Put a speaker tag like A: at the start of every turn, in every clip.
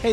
A: Hey,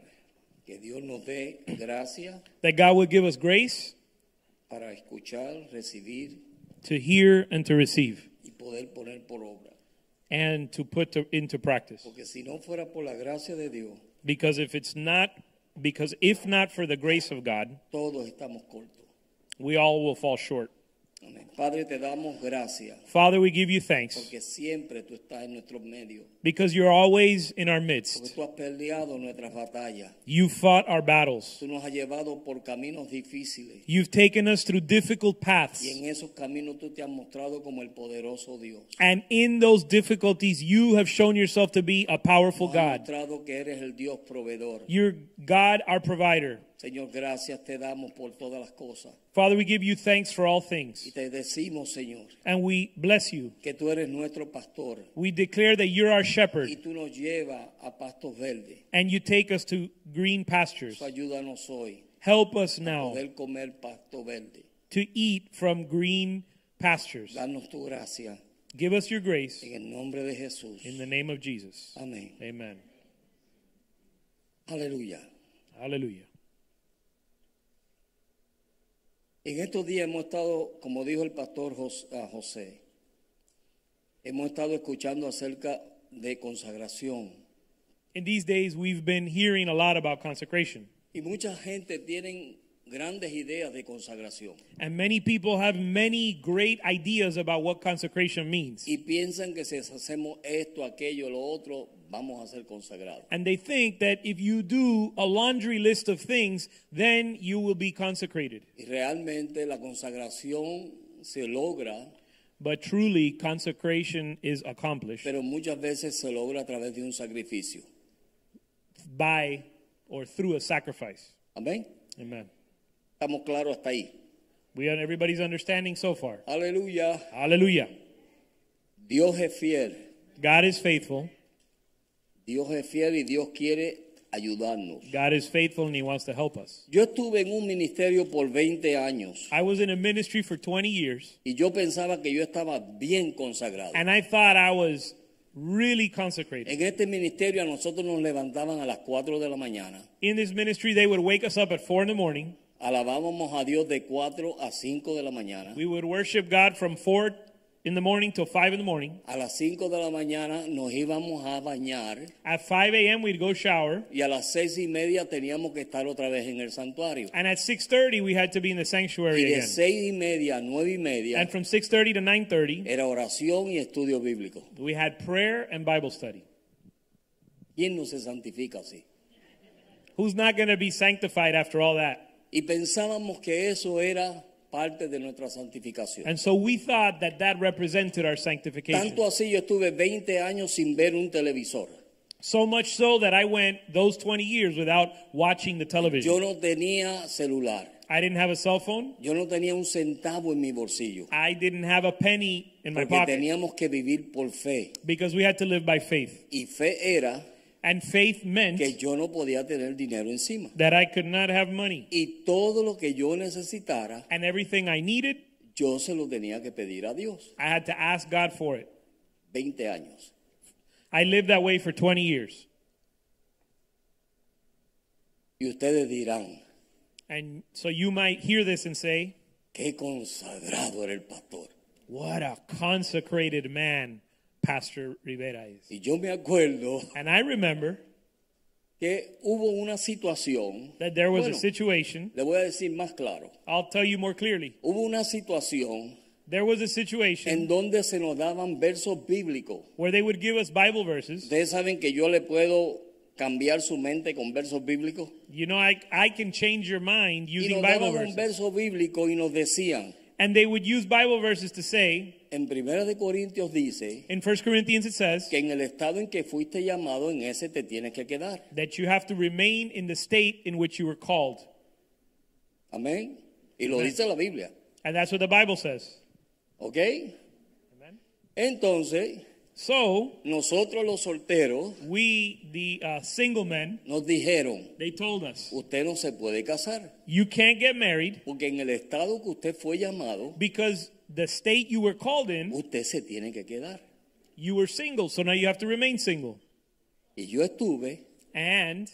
B: Que Dios nos dé gracia
C: that God would give us grace
B: para escuchar, recibir
C: to hear and to receive
B: y poder poner por obra.
C: and to put to, into practice.
B: Porque si no fuera por la gracia de Dios,
C: Because if it's not, because if not for the grace of God,
B: todos estamos cortos.
C: we all will fall short.
B: Amén. Padre, te damos gracias
C: Father, we give you thanks
B: porque siempre tú estás en nuestros medios.
C: because you're always in our
B: Porque
C: midst.
B: tú has peleado nuestras batallas.
C: You fought our battles.
B: Tú nos has llevado por caminos difíciles.
C: You've taken us through difficult paths.
B: Y en esos caminos tú te has mostrado como el poderoso Dios.
C: And in those difficulties, you have shown yourself to be a powerful
B: Nos has
C: God.
B: mostrado que eres el Dios proveedor.
C: You're God, our provider.
B: Señor, gracias te damos por todas las cosas.
C: Father, we give you thanks for all
B: Y
C: things.
B: te decimos, Señor,
C: And we bless you.
B: que tú eres nuestro pastor
C: We declare that you're our shepherd
B: y tú nos llevas a pastos verdes.
C: and you take us to green pastures.
B: Eso ayúdanos hoy
C: Help us
B: a
C: now
B: poder comer pasto verde.
C: to eat from green pastures.
B: Danos tu gracia
C: Give us your grace
B: en el nombre de Jesús.
C: in the name of Jesus.
B: Amén.
C: Amen.
B: Aleluya.
C: Hallelujah.
B: En estos días hemos estado, como dijo el pastor Jos- ah, José, hemos estado escuchando acerca de consagración.
C: In these days, we've been hearing a lot about consecration,
B: Y mucha gente tienen grandes ideas de consagración
C: and many people have many great ideas about what consecration means.
B: y piensan que si hacemos esto, aquello, lo otro, vamos a ser consagrados.
C: And they think that if you do a laundry list of things, then you will be consecrated.
B: Y realmente la consagración se logra,
C: But truly, consecration is accomplished.
B: pero muchas veces se logra a través de un sacrificio.
C: by or through a sacrifice.
B: Amén.
C: Amen.
B: Estamos claros hasta ahí.
C: We are everybody's understanding so far.
B: Aleluya.
C: Hallelujah.
B: Dios es fiel.
C: God is faithful.
B: Dios es fiel y Dios quiere ayudarnos.
C: God is faithful and he wants to help us.
B: Yo estuve en un ministerio por 20 años
C: I was in a ministry for 20 years
B: y yo pensaba que yo estaba bien consagrado.
C: and I thought I was really consecrated.
B: En este ministerio a nosotros nos levantaban a las 4 de la mañana.
C: In this ministry, they would wake us up at 4 in the morning.
B: Alabábamos a Dios de 4 a 5 de la mañana.
C: We would worship God from 4 in the morning till 5 in the morning.
B: A las 5 de la mañana nos íbamos a bañar.
C: At 5 a.m., we'd go shower.
B: y a las seis y media teníamos que estar otra vez en el santuario.
C: And at 6.30, we had to be in the
B: Y
C: sanctuary
B: de
C: again.
B: seis y media a nueve y media
C: And from 6.30 to 9.30,
B: era oración y estudio bíblico.
C: we had prayer and Bible study.
B: ¿Quién no se santifica así?
C: Who's not going to be sanctified after all that?
B: Y pensábamos que eso era parte de nuestra santificación.
C: And so we thought that that represented our sanctification.
B: Tanto así yo estuve 20 años sin ver un televisor.
C: So much so that I went those 20 years without watching the television.
B: Yo no tenía celular.
C: I didn't have a cell phone.
B: Yo no tenía un centavo en mi bolsillo.
C: I didn't have a penny in my
B: Porque
C: pocket
B: teníamos que vivir por fe.
C: because we had to live by faith.
B: Y fe era
C: And faith meant
B: que yo no podía tener dinero encima.
C: that I could not have money.
B: Y todo lo que yo necesitara
C: And everything I needed,
B: yo se lo tenía que pedir a Dios.
C: I had to ask God for it.
B: 20 años.
C: I lived that way for 20 years.
B: Y ustedes dirán,
C: And so you might hear this and say,
B: qué consagrado era el pastor.
C: What a consecrated man Pastor Rivera is.
B: Y yo me acuerdo
C: And I remember
B: que hubo una situación,
C: that there was
B: Bueno.
C: a situation.
B: le voy a decir más claro,
C: I'll tell you more clearly.
B: hubo una situación
C: There was a situation
B: en donde se nos daban versos bíblicos.
C: where they would give us Bible verses.
B: Ustedes saben que yo le puedo cambiar su mente con versos bíblicos.
C: You know, I, I can change your mind
B: Y nos
C: using Bible
B: daban un
C: verses.
B: verso bíblico y nos decían,
C: And they would use Bible verses to say,
B: En Primera de Corintios dice
C: In 1 Corinthians, it says
B: que en el estado en que fuiste llamado, en ese te tienes que quedar.
C: that you have to remain in the state in which you were called.
B: Amén. Y lo dice la Biblia.
C: And that's what the Bible says.
B: ¿Ok? Entonces,
C: So,
B: nosotros los solteros
C: we, the uh, single men,
B: nos dijeron,
C: they told us,
B: usted no se puede casar,
C: you can't get married
B: porque en el estado que usted fue llamado,
C: because the state you were called in,
B: usted se tiene que quedar.
C: you were single. So now you have to remain single.
B: Y yo estuve
C: And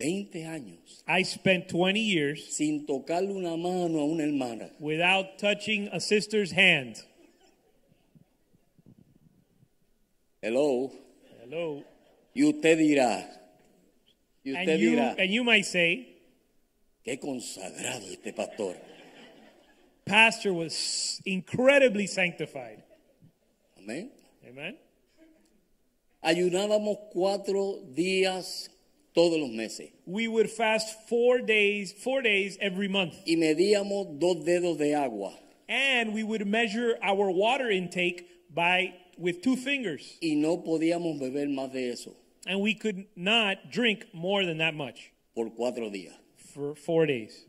B: 20 años
C: I spent 20 years
B: sin tocarle una mano a una hermana.
C: without touching a sister's hand.
B: Hello.
C: Hello.
B: Y usted dirá, y usted
C: And you,
B: dirá,
C: and you might say,
B: qué consagrado este pastor.
C: Pastor was incredibly sanctified.
B: Amén.
C: Amen.
B: Ayunábamos cuatro días todos los meses
C: We would fast four days, four days every month.
B: y medíamos dos dedos de agua
C: And we would measure our water intake by with two fingers.
B: y no podíamos beber más de eso
C: And we could not drink more than that much
B: por cuatro días.
C: for four days.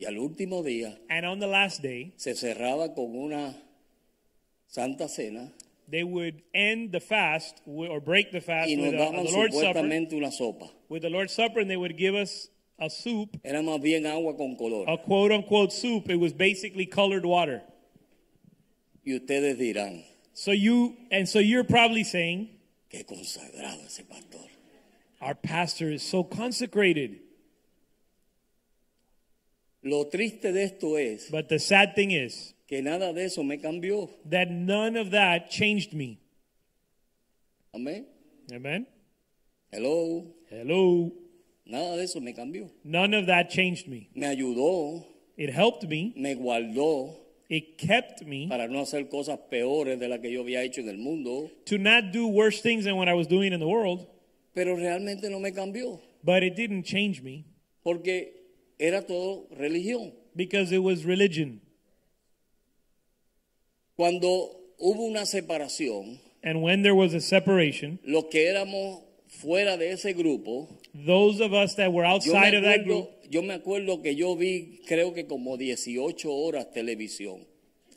B: Y al último día
C: And on the last day,
B: se cerraba con una santa cena
C: they would end the fast wi- or break the fast
B: y nos
C: with, a-
B: daban
C: the Lord's Supper.
B: supuestamente una sopa.
C: With the Lord's Supper, and they would give us a soup,
B: Era más bien agua con color.
C: a quote unquote soup. It was basically colored water.
B: Y ustedes dirán,
C: So you and so you're probably saying,
B: qué consagrado ese pastor.
C: Our pastor is so consecrated.
B: Lo triste de esto es
C: But the sad thing is
B: que nada de eso me cambió.
C: that none of that changed me.
B: Amén.
C: Amen.
B: Hello.
C: Hello.
B: Nada de eso me cambió.
C: None of that changed me.
B: Me ayudó,
C: It helped me.
B: me guardó
C: It kept me
B: para no hacer cosas peores de las que yo había hecho en el mundo,
C: to not do worse things than what I was doing in the world,
B: pero realmente no me cambió,
C: but it didn't change me
B: porque era todo religión.
C: because it was religion.
B: Cuando hubo una separación,
C: And when there was a separation,
B: los que éramos fuera de ese grupo,
C: those of us that were
B: yo me,
C: outside of that group,
B: acuerdo, yo me acuerdo que yo vi creo que como 18 horas televisión.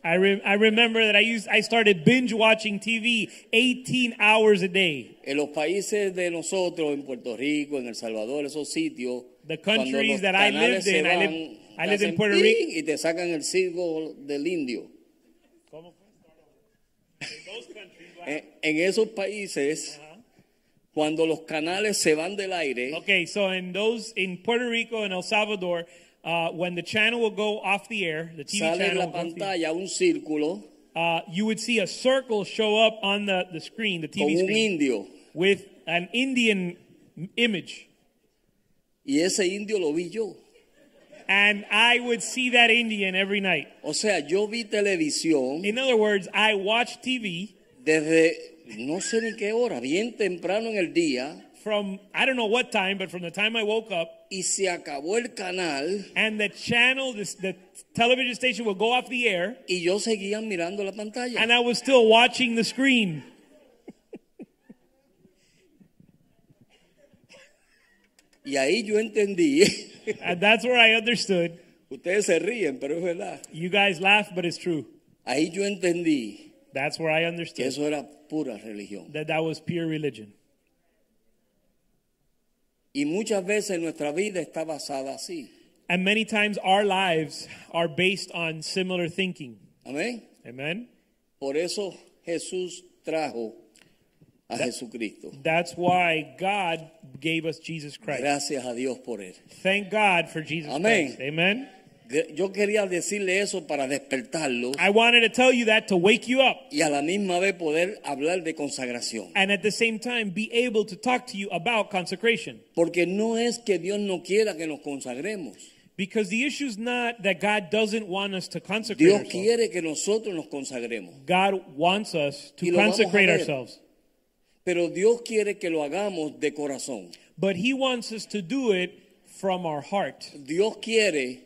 C: I, re- I remember that I used I started binge watching TV 18 hours a day.
B: En los países de nosotros, en Puerto Rico, en El Salvador, esos sitios,
C: The
B: cuando los
C: countries that I
B: canales
C: lived
B: se
C: in, I
B: van,
C: lived- I
B: te
C: lived in
B: hacen
C: Puerto
B: ping
C: Rico.
B: y te sacan el circo del indio. En, Eh, en esos países, cuando los canales se van del aire,
C: Okay, so in those in Puerto Rico and El Salvador, uh, when the channel will go off the air, the TV
B: sale en
C: channel,
B: la
C: will go off the
B: pantalla
C: air,
B: un círculo
C: uh, you would see a circle show up on the, the screen, the
B: con
C: TV
B: un
C: screen,
B: indio.
C: with an Indian m- image,
B: Y ese indio lo vi yo.
C: and I would see that Indian every night.
B: O sea, yo vi televisión
C: In other words, I watched TV
B: desde no sé ni qué hora, bien temprano en el día,
C: from I don't know what time, but from the time I woke up,
B: y se acabó el canal
C: and the channel, this, the television station, will go off the air,
B: y yo seguía mirando la pantalla.
C: and I was still watching the screen.
B: Y ahí yo entendí,
C: And that's where I understood.
B: ustedes se ríen, pero es verdad.
C: You guys laugh, but it's true.
B: Ahí yo entendí
C: That's where I
B: que
C: understood
B: eso era pura religión.
C: that that was pure religion.
B: Y muchas veces nuestra vida está basada así.
C: And many times our lives are based on similar thinking.
B: Amén.
C: Amen?
B: Por eso Jesús trajo a Jesucristo.
C: That's why God gave us Jesus Christ.
B: Gracias a Dios por él.
C: Thank God for Jesus
B: Amén.
C: Christ. Amen?
B: Gr- Yo quería decirle eso para despertarlo
C: I wanted to tell you that to wake you up
B: y a la misma vez poder hablar de consagración.
C: and at the same time be able to talk to you about consecration.
B: Porque no es que Dios no quiera que nos consagremos.
C: Because the issue is not that God doesn't want us to consecrate
B: Dios
C: ourselves.
B: quiere que nosotros nos consagremos.
C: God wants us
B: Y
C: to
B: lo vamos a
C: consecrate
B: ver.
C: ourselves.
B: Pero Dios quiere que lo hagamos de corazón.
C: But he wants us to do it from our heart.
B: Dios quiere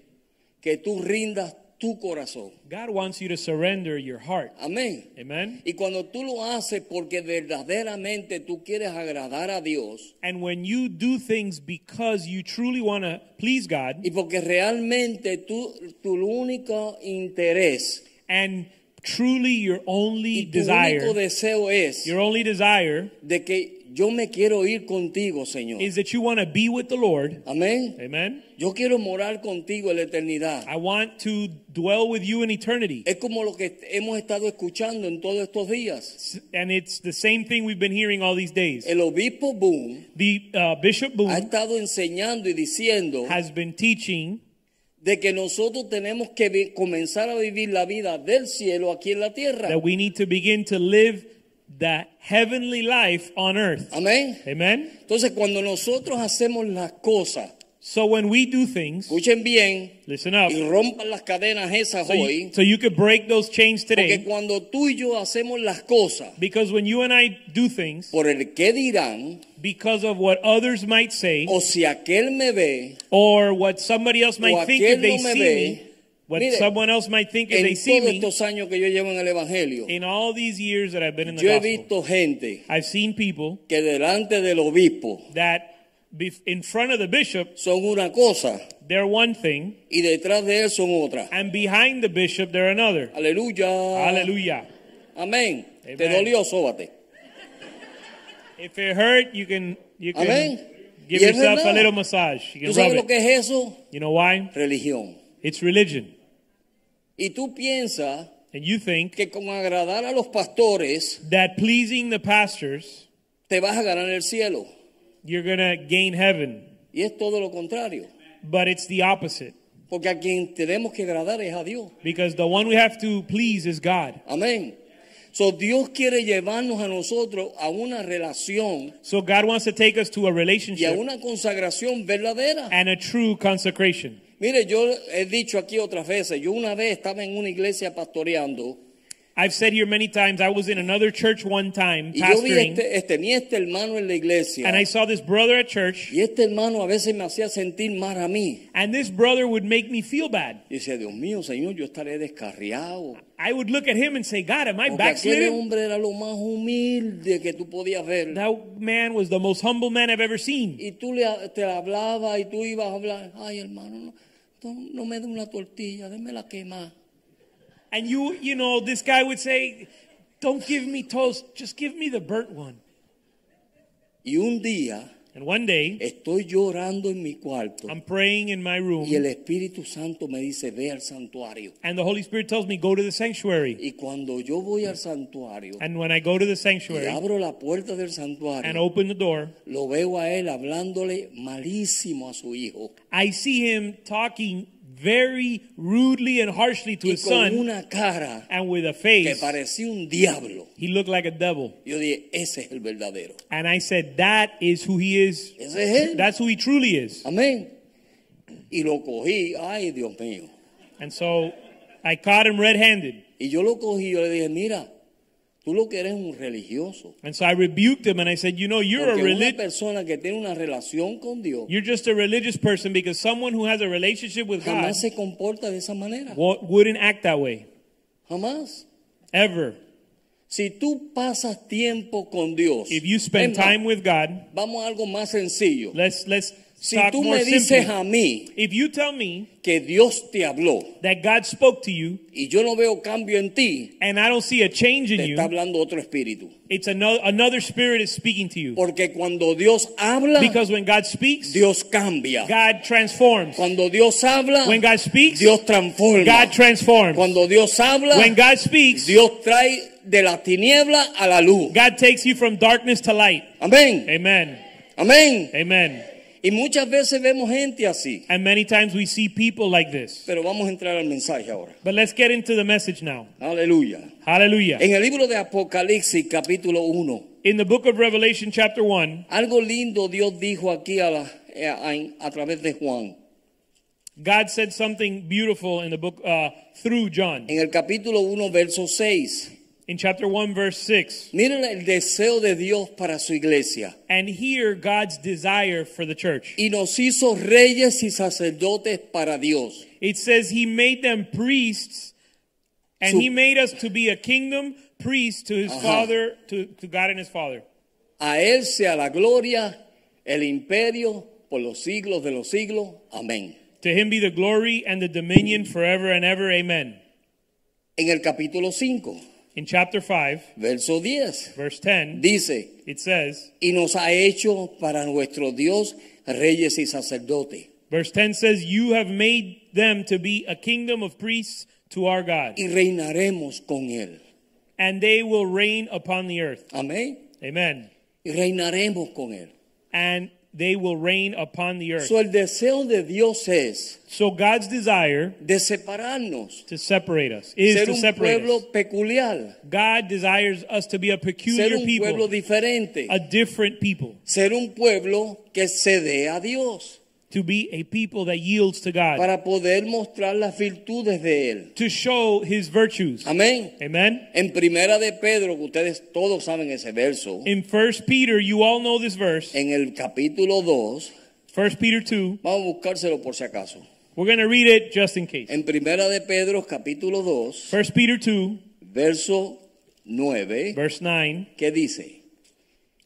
B: que tú rindas tu corazón.
C: God wants you to surrender your heart.
B: Amén.
C: Amen.
B: Y cuando tú lo haces porque verdaderamente tú quieres agradar a Dios
C: And when you do things because you truly want to please God
B: y porque realmente tú, tu único interés
C: and truly your only
B: y tu único
C: desire,
B: deseo es
C: your only desire
B: de que yo me quiero ir contigo, Señor.
C: is that you want to be with the Lord.
B: Amén.
C: Amen.
B: Yo quiero morar contigo en la eternidad.
C: I want to dwell with you in eternity.
B: Es como lo que hemos estado escuchando en todos estos días.
C: And it's the same thing we've been hearing all these days.
B: El obispo Boom
C: The uh, Bishop
B: ha
C: Boone
B: estado enseñando y diciendo
C: has been teaching
B: de que nosotros tenemos que vi- comenzar a vivir la vida del cielo aquí en la tierra.
C: that we need to begin to live the heavenly life on earth.
B: Amén.
C: Amen.
B: Entonces, cuando nosotros hacemos las cosas,
C: So when we do things,
B: escuchen bien
C: listen up.
B: y rompan las cadenas esas
C: So you,
B: hoy,
C: so you could break those chains
B: porque
C: today.
B: cuando tú y yo hacemos las cosas
C: Because when you and I do things,
B: por el que dirán,
C: because of what others might say,
B: o si aquel me ve,
C: or what somebody else
B: o
C: might think if
B: aquel
C: they
B: no me
C: see
B: ve,
C: me, what
B: mire,
C: someone else might think if
B: en
C: they see
B: todos
C: me,
B: estos años que yo llevo en el Evangelio,
C: in all these years that I've been in the
B: yo he
C: gospel,
B: visto gente
C: I've seen people
B: que delante del obispo
C: that bef- in front of the bishop,
B: son una cosa
C: they're one thing,
B: y detrás de él son otra.
C: and behind the bishop, they're another.
B: Aleluya.
C: Hallelujah.
B: Amén.
C: Amen.
B: Te dolió, sóbate.
C: If it hurt, you can you can
B: Amén.
C: give
B: Y es
C: yourself a
B: verdad.
C: little massage.
B: ¿Tú
C: You can rub
B: sabes lo
C: it.
B: que es eso?
C: You know why?
B: Religión.
C: It's religion.
B: Y tú piensas
C: And you think
B: que con agradar a los pastores
C: that pleasing the pastors,
B: te vas a ganar el cielo.
C: you're gonna gain heaven.
B: Y es todo lo contrario.
C: But it's the opposite.
B: Porque a quien tenemos que agradar es a Dios.
C: Because the one we have to please is God.
B: Amén. So, Dios quiere llevarnos a nosotros a una relación
C: So God wants to take us to a
B: y a
C: relationship
B: una consagración verdadera.
C: and a true consecration.
B: Mire, yo he dicho aquí otras veces, yo una vez estaba en una iglesia pastoreando
C: I've said here many times, I was in another church one time,
B: y yo vi
C: pastoring,
B: este, este, tenía este hermano en la iglesia
C: and I saw this brother at church,
B: y este hermano a veces me hacía sentir mal a mí.
C: and this brother would make me feel bad.
B: Y decía, Dios mío, Señor, yo estaré descarriado.
C: I would look at him and say, God, am I
B: Porque aquel
C: backslidden?
B: hombre era lo más humilde que tú podías ver.
C: That man was the most humble man I've ever seen.
B: Y tú le, te hablabas y tú ibas a hablar, ay hermano, no, no, no me dé una tortilla, déme la quemada.
C: And you, you know, this guy would say, Don't give me toast, just give me the burnt one.
B: Y un día
C: And one day,
B: estoy llorando en mi cuarto
C: I'm praying in
B: y
C: my room,
B: el Espíritu Santo me dice, ve al santuario.
C: and the Holy Spirit tells me, Go to the sanctuary.
B: Y cuando yo voy al santuario
C: And when I go to the
B: y
C: sanctuary
B: abro la puerta del
C: and
B: santuario,
C: open the door,
B: lo veo a él hablándole malísimo a su hijo
C: I see him talking very rudely and harshly to
B: y
C: his
B: con
C: son,
B: una cara
C: and with a
B: que
C: face,
B: parecía un diablo.
C: he looked like a devil.
B: Yo dije, ese es el verdadero.
C: And I said, That is who he is.
B: Ese es él.
C: That's who he truly is.
B: Amén. Y lo cogí, ay Dios mío.
C: And so I caught him red handed.
B: Y yo lo cogí y yo le dije, mira, tú lo que eres es un religioso.
C: And so I rebuked him and I said, You know, you're a
B: Porque una
C: relig-
B: persona que tiene una relación con Dios
C: you're just a religious person because someone who has a relationship with God
B: jamás se comporta de esa manera.
C: wa- wouldn't act that way.
B: Jamás.
C: Ever.
B: Si tú pasas tiempo con Dios,
C: If you spend
B: es más,
C: time with God,
B: vamos a algo más sencillo.
C: let's let's
B: Si
C: talk
B: tú
C: more
B: me dices
C: simply.
B: a mí
C: If you tell me
B: que Dios te habló
C: that God spoke to you
B: y yo no veo cambio en ti,
C: and I don't see a change in
B: te está
C: you,
B: hablando otro espíritu.
C: it's another another spirit is speaking to you.
B: Porque cuando Dios habla,
C: Because when God speaks,
B: Dios cambia.
C: God transforms.
B: Cuando Dios habla,
C: When God speaks,
B: Dios transforma.
C: God transforms.
B: Cuando Dios habla,
C: When God speaks,
B: Dios trae de la tiniebla a la luz.
C: God takes you from darkness to light.
B: Amén.
C: Amen.
B: Amén.
C: Amen.
B: Y muchas veces vemos gente así.
C: And many times we see people like this.
B: Pero vamos a entrar al mensaje ahora.
C: But let's get into the message now.
B: Aleluya.
C: Hallelujah.
B: En el libro de Apocalipsis capítulo 1,
C: In the book of Revelation, chapter 1,
B: algo lindo Dios dijo aquí a, la- eh, a- a- a través de Juan.
C: God said something beautiful in the book uh, through John.
B: En el capítulo 1, verso 6,
C: in chapter 1, verse 6.
B: Miren el deseo de Dios para su iglesia.
C: And here, God's desire for the church.
B: Y nos hizo reyes y sacerdotes para Dios.
C: It says, He made them priests, and
B: Su-
C: He made us to be a kingdom priest to His
B: Ajá.
C: Father, to, to God and His Father.
B: A Él sea la gloria, el imperio, por los siglos de los siglos. Amén.
C: To Him be the glory and the dominion forever and ever. Amen.
B: En el capítulo 5,
C: In chapter 5,
B: verso 10,
C: verse 10,
B: dice,
C: it says,
B: y nos ha hecho para nuestro Dios reyes y sacerdotes.
C: Verse 10 says, You have made them to be a kingdom of priests to our God,
B: Y reinaremos con Él.
C: and they will reign upon the earth.
B: Amén.
C: Amen.
B: Y reinaremos con Él.
C: And they will reign upon the earth.
B: So, el deseo de Dios es
C: So God's desire
B: de separarnos,
C: to separate us is
B: ser
C: to
B: un
C: separate us.
B: pueblo peculiar,
C: God desires us to be a
B: ser
C: peculiar
B: un pueblo
C: people,
B: diferente,
C: a different people,
B: ser un pueblo que se dé a Dios
C: to be a people that yields to God,
B: para poder mostrar las virtudes de Él.
C: to show his virtues.
B: Amén.
C: Amen.
B: En primera de Pedro, que ustedes todos saben ese verso,
C: In First Peter, you all know this verse,
B: en el capítulo 2,
C: First Peter 2.
B: vamos a buscárselo por si acaso.
C: We're going to read it just in case.
B: En primera de Pedro, capítulo 2,
C: First Peter 2,
B: verso 9,
C: verse 9.
B: que dice,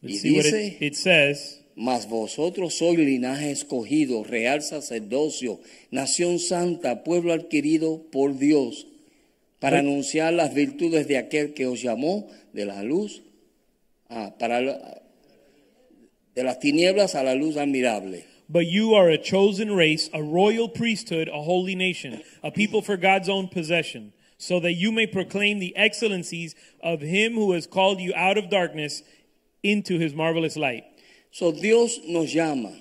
B: y
C: Let's see what
B: dice,
C: it, it says.
B: Mas vosotros sois linaje escogido, real sacerdocio, nación santa, pueblo adquirido por Dios, para
C: Pues-
B: anunciar las virtudes de aquel que os llamó de la luz, ah, para la- de las tinieblas a la luz admirable.
C: But you are a chosen race, a royal priesthood, a holy nation, a people for God's own possession, so that you may proclaim the excellencies of him who has called you out of darkness into his marvelous light.
B: So, Dios nos llama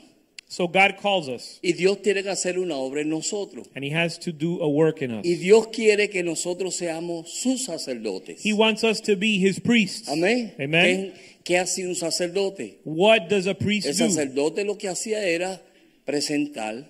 C: So God calls us,
B: y Dios tiene que hacer una obra en nosotros.
C: and he has to do a work in us.
B: Y Dios quiere que nosotros seamos sus sacerdotes.
C: He wants us to be his priests.
B: Amén.
C: Amen.
B: ¿Qué- ¿Qué hace un sacerdote?
C: What does a
B: El
C: priest do?
B: sacerdote lo que hacía era presentar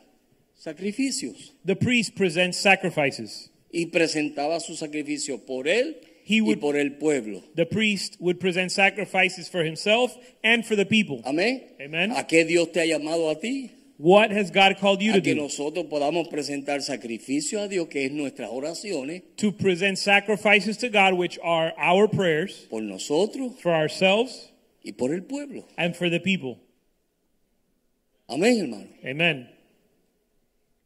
B: sacrificios
C: The priest presents sacrifices.
B: y presentaba su sacrificio por él
C: He
B: y
C: would-
B: por el pueblo.
C: The priest would present sacrifices for himself and for the people.
B: Amén.
C: Amen.
B: ¿A qué Dios te ha llamado a ti?
C: What has God called you to
B: A que
C: do?
B: nosotros podamos presentar sacrificio a Dios, que es nuestras oraciones,
C: To present sacrifices to God, which are our prayers
B: por nosotros
C: for ourselves
B: y por el pueblo.
C: and for the people.
B: Amén, hermano.
C: Amen.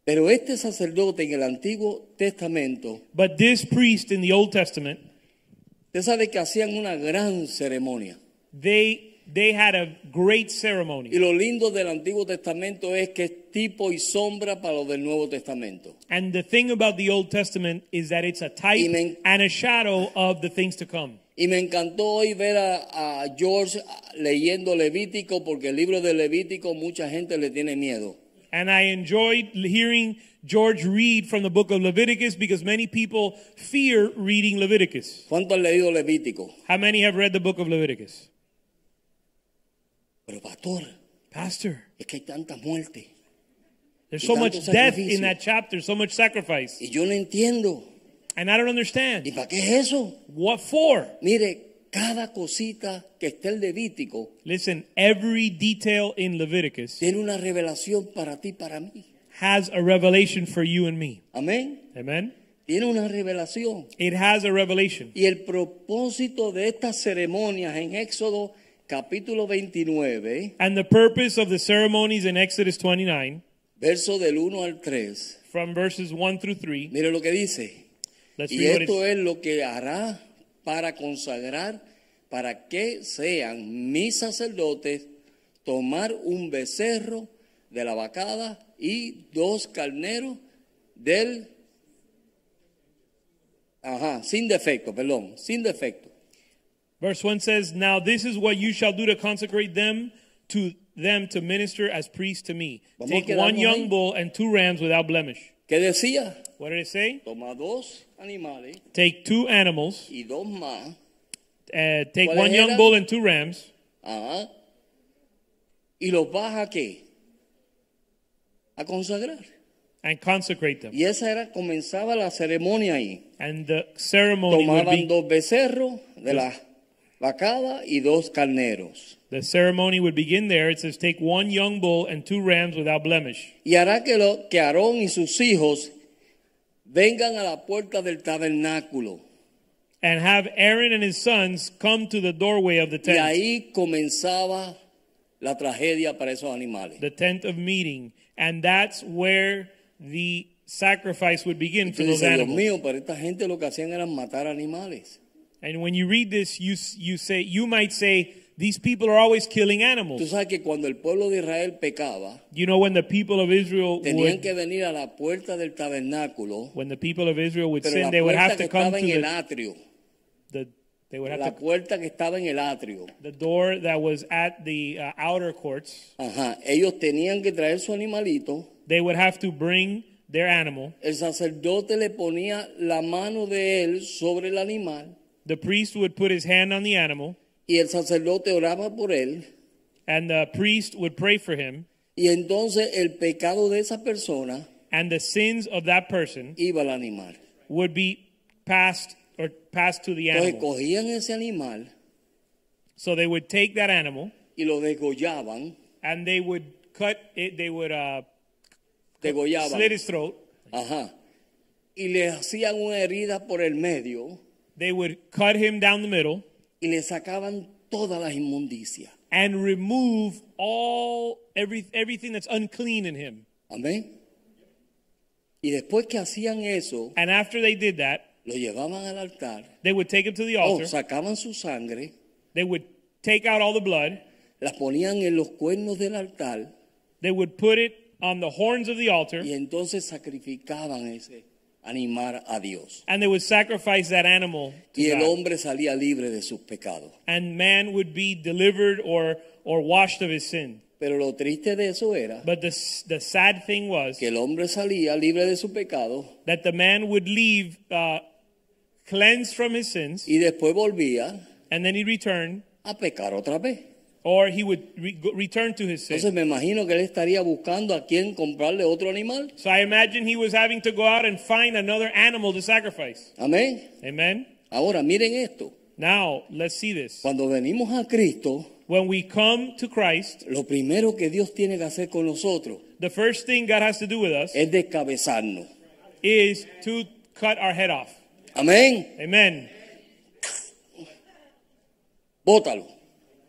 B: Pero este sacerdote en el Antiguo Testamento,
C: But this priest in the Old Testament,
B: usted sabe que hacían una gran ceremonia.
C: they they had a great
B: Y
C: ceremony.
B: lo lindo del Antiguo Testamento es que es tipo y sombra para lo del Nuevo Testamento.
C: And the thing about the Old Testament is that it's a type
B: Amen.
C: and a shadow of the things to come.
B: Y me encantó hoy ver a, a George leyendo Levítico, porque el libro de Levítico mucha gente le tiene miedo.
C: And I enjoyed hearing George read from the book of Leviticus because many people fear reading Leviticus.
B: ¿Cuánto han leído Levítico?
C: How many have read the book of Leviticus?
B: Pero pastor,
C: Pastor,
B: es que hay tanta muerte.
C: There's
B: Y
C: so
B: tanto
C: much death
B: sacrificio.
C: in that chapter, so much sacrifice.
B: Y yo no entiendo.
C: And I don't
B: ¿Y
C: understand.
B: para qué es eso?
C: What for?
B: Mire, cada cosita que está en Levítico
C: Listen, every detail in Leviticus
B: tiene una revelación para ti, para mí.
C: has a revelation for you and me.
B: Amén.
C: Amen?
B: Tiene una revelación.
C: It has a revelation.
B: Y el propósito de estas ceremonias en Éxodo capítulo 29,
C: And the purpose of the ceremonies in Exodus 29,
B: verso del 1 al 3,
C: from verses 1 through 3,
B: mire lo que dice.
C: let's
B: Y
C: read what
B: esto
C: it's,
B: es lo que hará para consagrar, para que sean mis sacerdotes, tomar un becerro de la vacada y dos carneros del... Ajá, sin defecto, perdón, sin defecto.
C: verse 1 says, Now this is what you shall do to consecrate them to them to minister as priests to me.
B: Vamos
C: Take
B: a
C: one
B: quedarnos
C: young
B: ahí.
C: bull and two rams without blemish.
B: ¿Qué decía?
C: What did it say?
B: Toma dos animales
C: Take two animals.
B: y dos más.
C: uh, take
B: ¿Cuáles
C: one young
B: eran?
C: bull and two rams,
B: Ajá. Y los vas a qué? A consagrar.
C: and consecrate them.
B: Y esa era, comenzaba la ceremonia ahí.
C: And the ceremony would
B: Tomaban
C: be,
B: dos becerros de la vacada y dos carneros.
C: the ceremony would begin there. It says, take one young bull and two rams without blemish.
B: Y hará que, lo, que Aarón y sus hijos vengan a la puerta del tabernáculo.
C: And have Aaron and his sons come to the doorway of
B: Y
C: the tent,
B: ahí comenzaba la tragedia para esos animales.
C: the tent of meeting. And that's where the sacrifice would begin for
B: Tú
C: those
B: dices, Dios
C: animals.
B: mío, para esta gente lo que hacían era matar animales.
C: And when you read this, you you say you might say these people are always killing
B: Tú
C: animals.
B: sabes que cuando el pueblo de Israel pecaba,
C: You know when the people of Israel
B: tenían que
C: would
B: venir a la puerta del tabernáculo,
C: when the people of Israel would
B: pero la
C: sin, they would
B: puerta
C: have
B: que
C: to come
B: estaba
C: to
B: en el
C: the,
B: atrio,
C: the they would have
B: la
C: to
B: puerta que estaba en el atrio.
C: the door that was at the uh, outer courts.
B: Ajá, ellos tenían que traer su animalito.
C: They would have to bring their animal.
B: El sacerdote le ponía la mano de él sobre el animal
C: The priest would put his hand on the animal,
B: y el sacerdote oraba por él.
C: and the priest would pray for him.
B: Y entonces el pecado de esa persona
C: And the sins of that person
B: iba al animal.
C: would be passed or passed to the
B: Entonces
C: animal.
B: cogían ese animal
C: So they would take that animal
B: y lo degollaban,
C: and they would cut it. They would uh,
B: degollaban.
C: slit his throat.
B: Ajá. Y le hacían una herida por el medio
C: They would cut him down the middle
B: y le sacaban todas las inmundicias.
C: and remove all every everything that's unclean in him.
B: Amén. Y después que hacían eso,
C: And after they did that,
B: lo llevaban al altar,
C: they would take him to the
B: o
C: altar.
B: sacaban su sangre,
C: They would take out all the blood.
B: la ponían en los cuernos del altar
C: They would put it on the horns of the altar,
B: y entonces sacrificaban ese animal a Dios.
C: and they would sacrifice that animal to
B: Y el
C: God.
B: hombre salía libre de sus pecados.
C: And man would be delivered or or washed of his sin.
B: Pero lo triste de eso era
C: But the s- the sad thing was
B: que el hombre salía libre de su pecado
C: that the man would leave uh, cleansed from his sins,
B: y después volvía
C: and then he'd return
B: a pecar otra vez.
C: or he would re- go- return to his sin.
B: Entonces me imagino que él estaría buscando a quién comprarle otro animal.
C: So I imagine he was having to go out and find another animal to sacrifice.
B: Amén.
C: Amen.
B: Ahora miren esto.
C: Now, let's see this.
B: Cuando venimos a Cristo,
C: When we come to Christ,
B: lo primero que Dios tiene que hacer con nosotros
C: the first thing God has to do with us
B: es descabezarnos.
C: is to cut our head off.
B: Amén.
C: Amen.
B: Bótalo.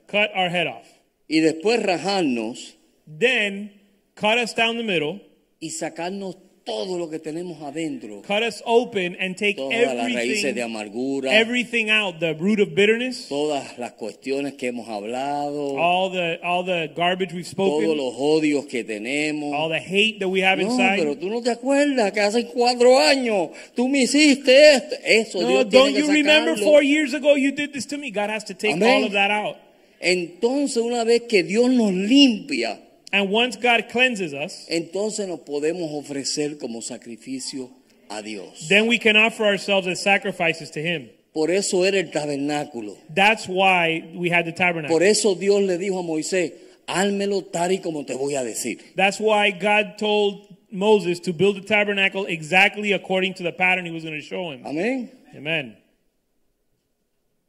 C: Cut our head off.
B: Y después rajarnos
C: Then cut us down the middle,
B: y sacarnos todo lo que tenemos adentro.
C: cut us open and take
B: Todas las raíces de
C: everything
B: amargura,
C: everything out, the root of bitterness,
B: todas las cuestiones que hemos hablado,
C: all the all the garbage we've
B: todos
C: spoken,
B: los odios que tenemos.
C: all the hate that we have
B: No, pero
C: inside.
B: tú no te acuerdas que hace cuatro años tú me hiciste esto. Eso
C: No,
B: Dios
C: don't
B: tiene que
C: you remember
B: sacarlo.
C: four years ago you did this to me? God has to take
B: Amén.
C: all of that out.
B: Entonces, una vez que Dios nos limpia,
C: And once God cleanses us,
B: entonces nos podemos ofrecer como sacrificio a Dios.
C: then we can offer ourselves as sacrifices to Him.
B: Por eso era el tabernáculo.
C: That's why we had the
B: Por
C: tabernacle.
B: eso Dios le dijo a Moisés, házmelo tal y como te voy a decir.
C: That's why God told Moses to build the tabernacle exactly according to the pattern He was going to show him.
B: Amén.
C: Amen.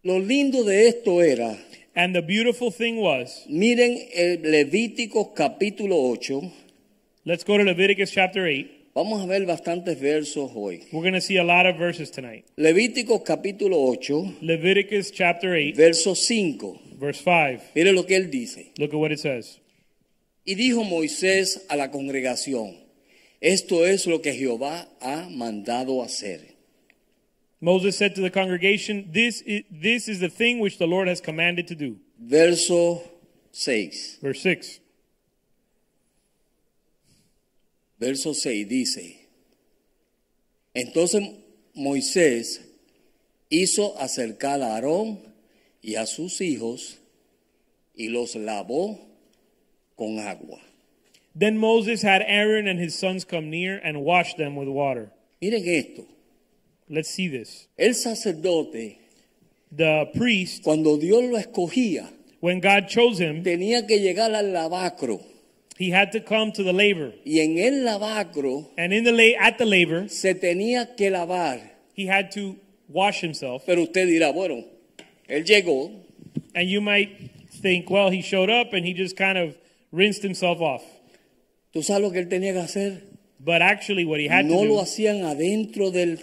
B: Lo lindo de esto era,
C: And the beautiful thing was,
B: miren el Levíticos capítulo 8.
C: let's go to Leviticus chapter 8.
B: Vamos a ver bastantes versos hoy.
C: We're going to see a lot of verses tonight.
B: Levíticos capítulo 8,
C: Leviticus chapter 8,
B: verso 5.
C: verse 5.
B: Mire lo que él dice.
C: Look at what it says.
B: Y dijo Moisés a la congregación, esto es lo que Jehová ha mandado hacer.
C: Moses said to the congregation, This is, this is the thing which the Lord has commanded to do.
B: Verso 6.
C: Verse 6.
B: Verso 6 dice, entonces Moisés hizo acercar a Aarón y a sus hijos y los lavó con agua.
C: Then Moses had Aaron and his sons come near and washed them with water.
B: Miren esto,
C: Let's see this.
B: el sacerdote,
C: The priest,
B: cuando Dios lo escogía,
C: when God chose him,
B: tenía que llegar al lavacro.
C: He had to come to the labor.
B: Y en el lavacro
C: And in the la- at the labor,
B: se tenía que lavar.
C: he had to wash himself.
B: Pero usted dirá, bueno, él llegó,
C: And you might think, well, he showed up and he just kind of rinsed himself off.
B: ¿tú sabes lo que él tenía que hacer?
C: But actually, what he had
B: No
C: to
B: lo
C: do,
B: hacían adentro del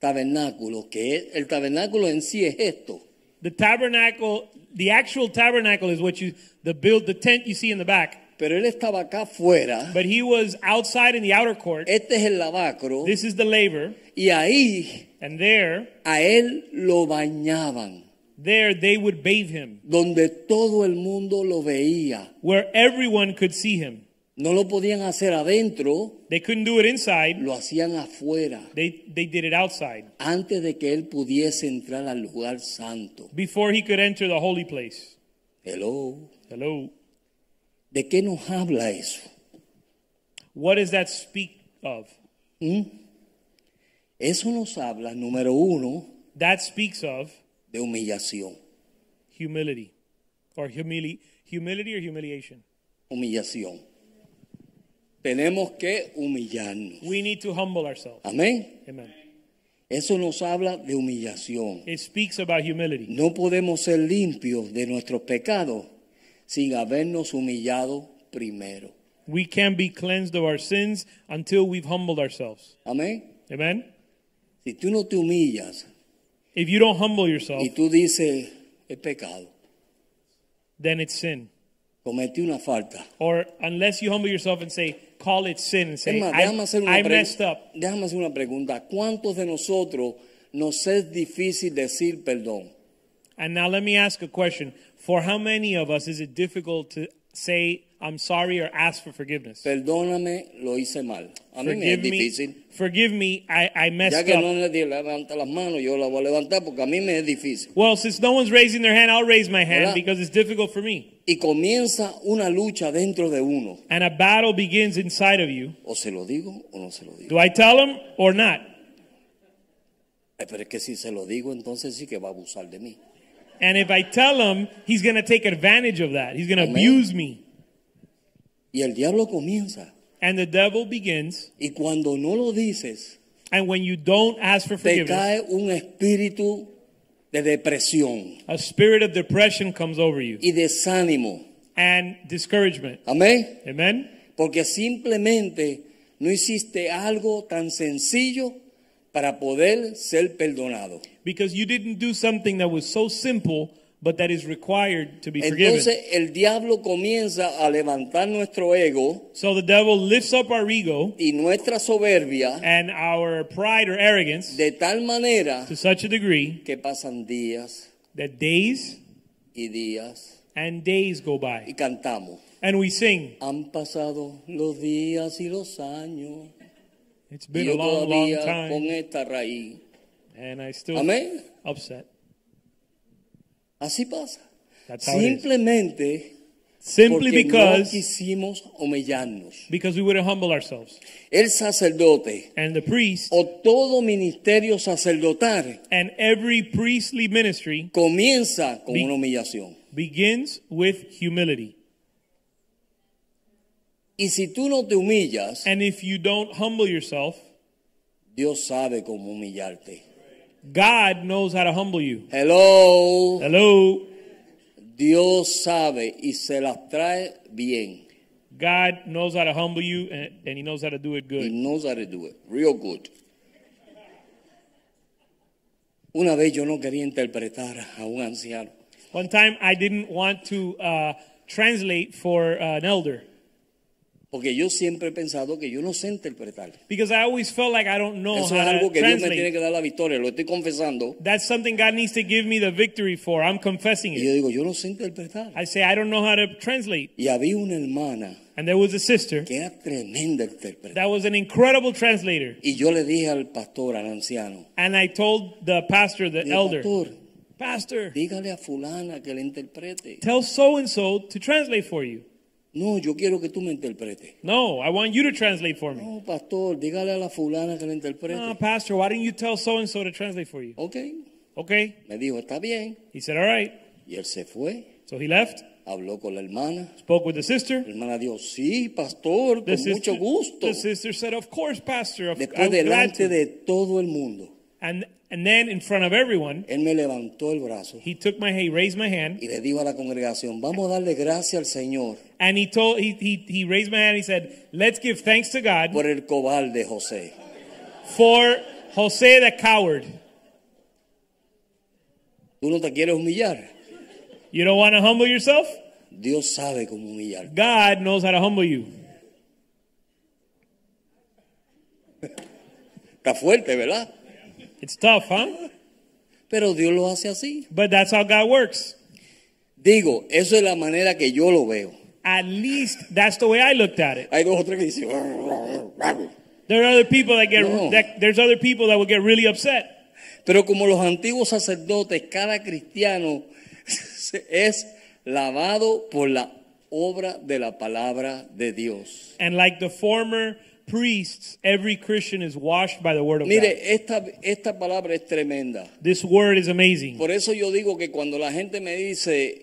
B: tabernáculo, que es- el tabernáculo en sí es esto.
C: the tabernacle, the actual tabernacle is what you, the build, the tent you see in the back.
B: Pero él estaba acá afuera.
C: But he was outside in the outer court.
B: Este es el lavacro.
C: This is the labor.
B: Y ahí
C: And there,
B: a él lo bañaban,
C: there they would bathe him,
B: donde todo el mundo lo veía.
C: where everyone could see him.
B: No lo podían hacer adentro,
C: They couldn't do it inside.
B: lo hacían afuera,
C: They, they did it outside
B: antes de que él pudiese entrar al lugar santo.
C: before he could enter the holy place.
B: Hello.
C: Hello.
B: ¿De qué nos habla eso?
C: What does that speak of?
B: Eso nos habla, número uno,
C: That speaks of
B: de humillación.
C: humility or humili- humility or humiliation.
B: Humillación. Tenemos que humillarnos.
C: We need to humble ourselves.
B: Amén.
C: Amen.
B: Eso nos habla de humillación.
C: It speaks about humility.
B: No podemos ser limpios de nuestros pecados sin habernos humillado primero.
C: We can't be cleansed of our sins until we've humbled ourselves.
B: Amén.
C: Amen.
B: Si tú no te humillas
C: If you don't humble yourself,
B: y tú dices, es pecado,
C: then it's sin.
B: cometí una falta.
C: Or unless you humble yourself and say, call it sin and
B: Es
C: say,
B: más,
C: I,
B: déjame hacer, una
C: I
B: pregu-
C: messed up.
B: déjame hacer una pregunta. ¿Cuántos de nosotros nos es difícil decir perdón?
C: And now let me ask a question. For how many of us is it difficult to say, I'm sorry or ask for forgiveness?
B: Perdóname, lo hice mal. A mí me es
C: Forgive
B: difícil.
C: me, forgive me, I, I messed
B: Ya que
C: up.
B: no nadie levanta las manos, yo la voy a levantar porque a mí me es difícil.
C: Well, since no one's raising their hand, I'll raise my hand
B: Hola.
C: because it's difficult for me.
B: Y comienza una lucha dentro de uno.
C: And a battle begins inside of you.
B: O se lo digo o no se lo digo.
C: Do I tell them or not?
B: Ay, pero es que si se lo digo, entonces sí que va a abusar de mí.
C: And if I tell him, he's going to take advantage of that. He's going to
B: Amen.
C: abuse me.
B: Y el diablo comienza.
C: And the devil begins.
B: Y cuando no lo dices,
C: And when you don't ask for
B: te
C: forgiveness,
B: cae un espíritu de depresión
C: a spirit of depression comes over you
B: y desánimo.
C: and discouragement.
B: Amén.
C: Amen?
B: Porque simplemente no hiciste algo tan sencillo para poder ser perdonado.
C: Because you didn't do something that was so simple, but that is required to be forgiven.
B: Entonces el diablo comienza a levantar nuestro ego
C: So the devil lifts up our ego
B: y nuestra soberbia
C: and our pride or arrogance
B: de tal manera
C: to such a degree
B: que pasan días
C: that days
B: y días
C: and days go
B: y
C: by.
B: cantamos.
C: And we sing,
B: Han pasado los días y los años.
C: It's
B: Y
C: been a
B: yo
C: long, long
B: todavía con
C: time.
B: esta raíz.
C: And I still
B: Amén.
C: upset.
B: Así pasa.
C: That's how it is.
B: Simplemente
C: Simply
B: porque no
C: because,
B: quisimos humillarnos.
C: because we wouldn't humble ourselves.
B: El sacerdote
C: And the priest
B: o todo ministerio sacerdotal
C: and every priestly ministry
B: comienza con
C: Be-
B: una humillación.
C: begins with humility.
B: Y si tú no te humillas,
C: And if you don't humble yourself,
B: Dios sabe cómo humillarte.
C: God knows how to humble you.
B: Hello.
C: Hello.
B: Dios sabe y se las trae bien.
C: God knows how to humble you and, and he knows how to do it
B: He
C: good.
B: knows how to do it. Real good. Una vez yo no quería interpretar a un anciano.
C: One time I didn't want to uh, translate for uh, an elder
B: Porque yo siempre he pensado que yo no sé interpretar.
C: because I always felt like I don't know
B: Eso es
C: how
B: algo
C: to
B: que Dios me tiene
C: translate.
B: que dar la victoria. Lo estoy confesando.
C: That's something God needs to give me the victory for. I'm confessing
B: Y yo
C: it.
B: digo, yo no sé interpretar.
C: I say, I don't know how to translate.
B: Y había una hermana
C: And there was a sister
B: que era tremenda interpretadora.
C: that was an incredible translator.
B: Y yo le dije al pastor, al anciano,
C: And I told the pastor, the
B: "Digo,
C: elder,
B: pastor,
C: Pastor,
B: dígale a fulana que le interprete.
C: tell so and so to translate for you.
B: No, yo quiero que tú me interpretes.
C: No, I want you to translate for me.
B: No, pastor, dígale a la fulana que le interprete.
C: No, Pastor, why didn't you tell so and so to translate for you?
B: Ok,
C: Okay.
B: me dijo, está bien.
C: He said, All right.
B: Y él se fue.
C: So he left.
B: Habló con la hermana.
C: Spoke with the sister.
B: La hermana dijo, sí, pastor,
C: The
B: con
C: sister,
B: mucho gusto.
C: the sister said, "Of course, pastor. Of,
B: Después
C: I'm glad
B: delante
C: to."
B: de todo el mundo,
C: And and then in front of everyone,
B: él me levantó el brazo
C: he took my he raised my hand
B: y le dijo a la congregación, vamos a darle gracias al Señor
C: and he told he he, he raised my hand. He said, "Let's give thanks to God
B: por el cobarde José.
C: for Jose the coward.
B: Tú no te quieres humillar.
C: You don't want to humble yourself.
B: Dios sabe cómo humillar.
C: God knows how to humble you.
B: Está fuerte, ¿verdad?
C: It's tough, huh?
B: Pero Dios lo hace así.
C: But that's how God works.
B: Digo, eso es la manera que yo lo veo.
C: At least that's the way I looked at it.
B: Hay dos o tres que dicen. "Rar, rar, rar".
C: There are other people that get
B: No.
C: that, there's other people that will get really upset."
B: Pero como los antiguos sacerdotes, cada cristiano es lavado por la obra de la palabra de Dios.
C: And like the former priests, every Christian is washed by the word of God.
B: Mire, esta, esta palabra es tremenda.
C: This word is amazing.
B: Por eso yo digo que cuando la gente me dice,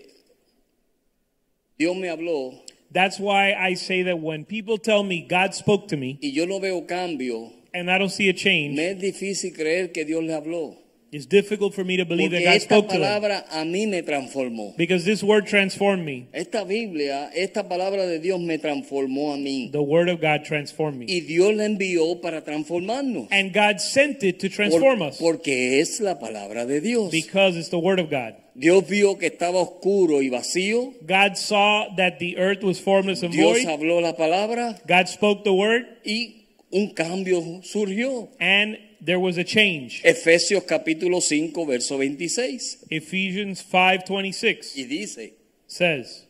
B: Dios me habló,
C: That's why I say that when people tell me God spoke to me
B: y yo no veo cambio,
C: and I don't see a change,
B: me es difícil creer que Dios le habló.
C: it's difficult for me to believe that
B: Porque
C: God
B: esta
C: spoke to them
B: palabra a mí me transformó.
C: because this word transformed me.
B: Esta Biblia, esta palabra de Dios me transformó a mí.
C: The word of God transformed me.
B: Y Dios la envió para transformarnos.
C: And God sent it to transform
B: Por-
C: us
B: porque es la palabra de Dios.
C: because it's the word of God.
B: Dios vio que estaba oscuro y vacío.
C: God saw that the earth was formless and
B: Dios
C: void.
B: habló la palabra
C: God spoke the word
B: y un cambio surgió.
C: and there was a change.
B: Efesios capítulo 5, verso 26.
C: Ephesians 5:26
B: Y dice,
C: says,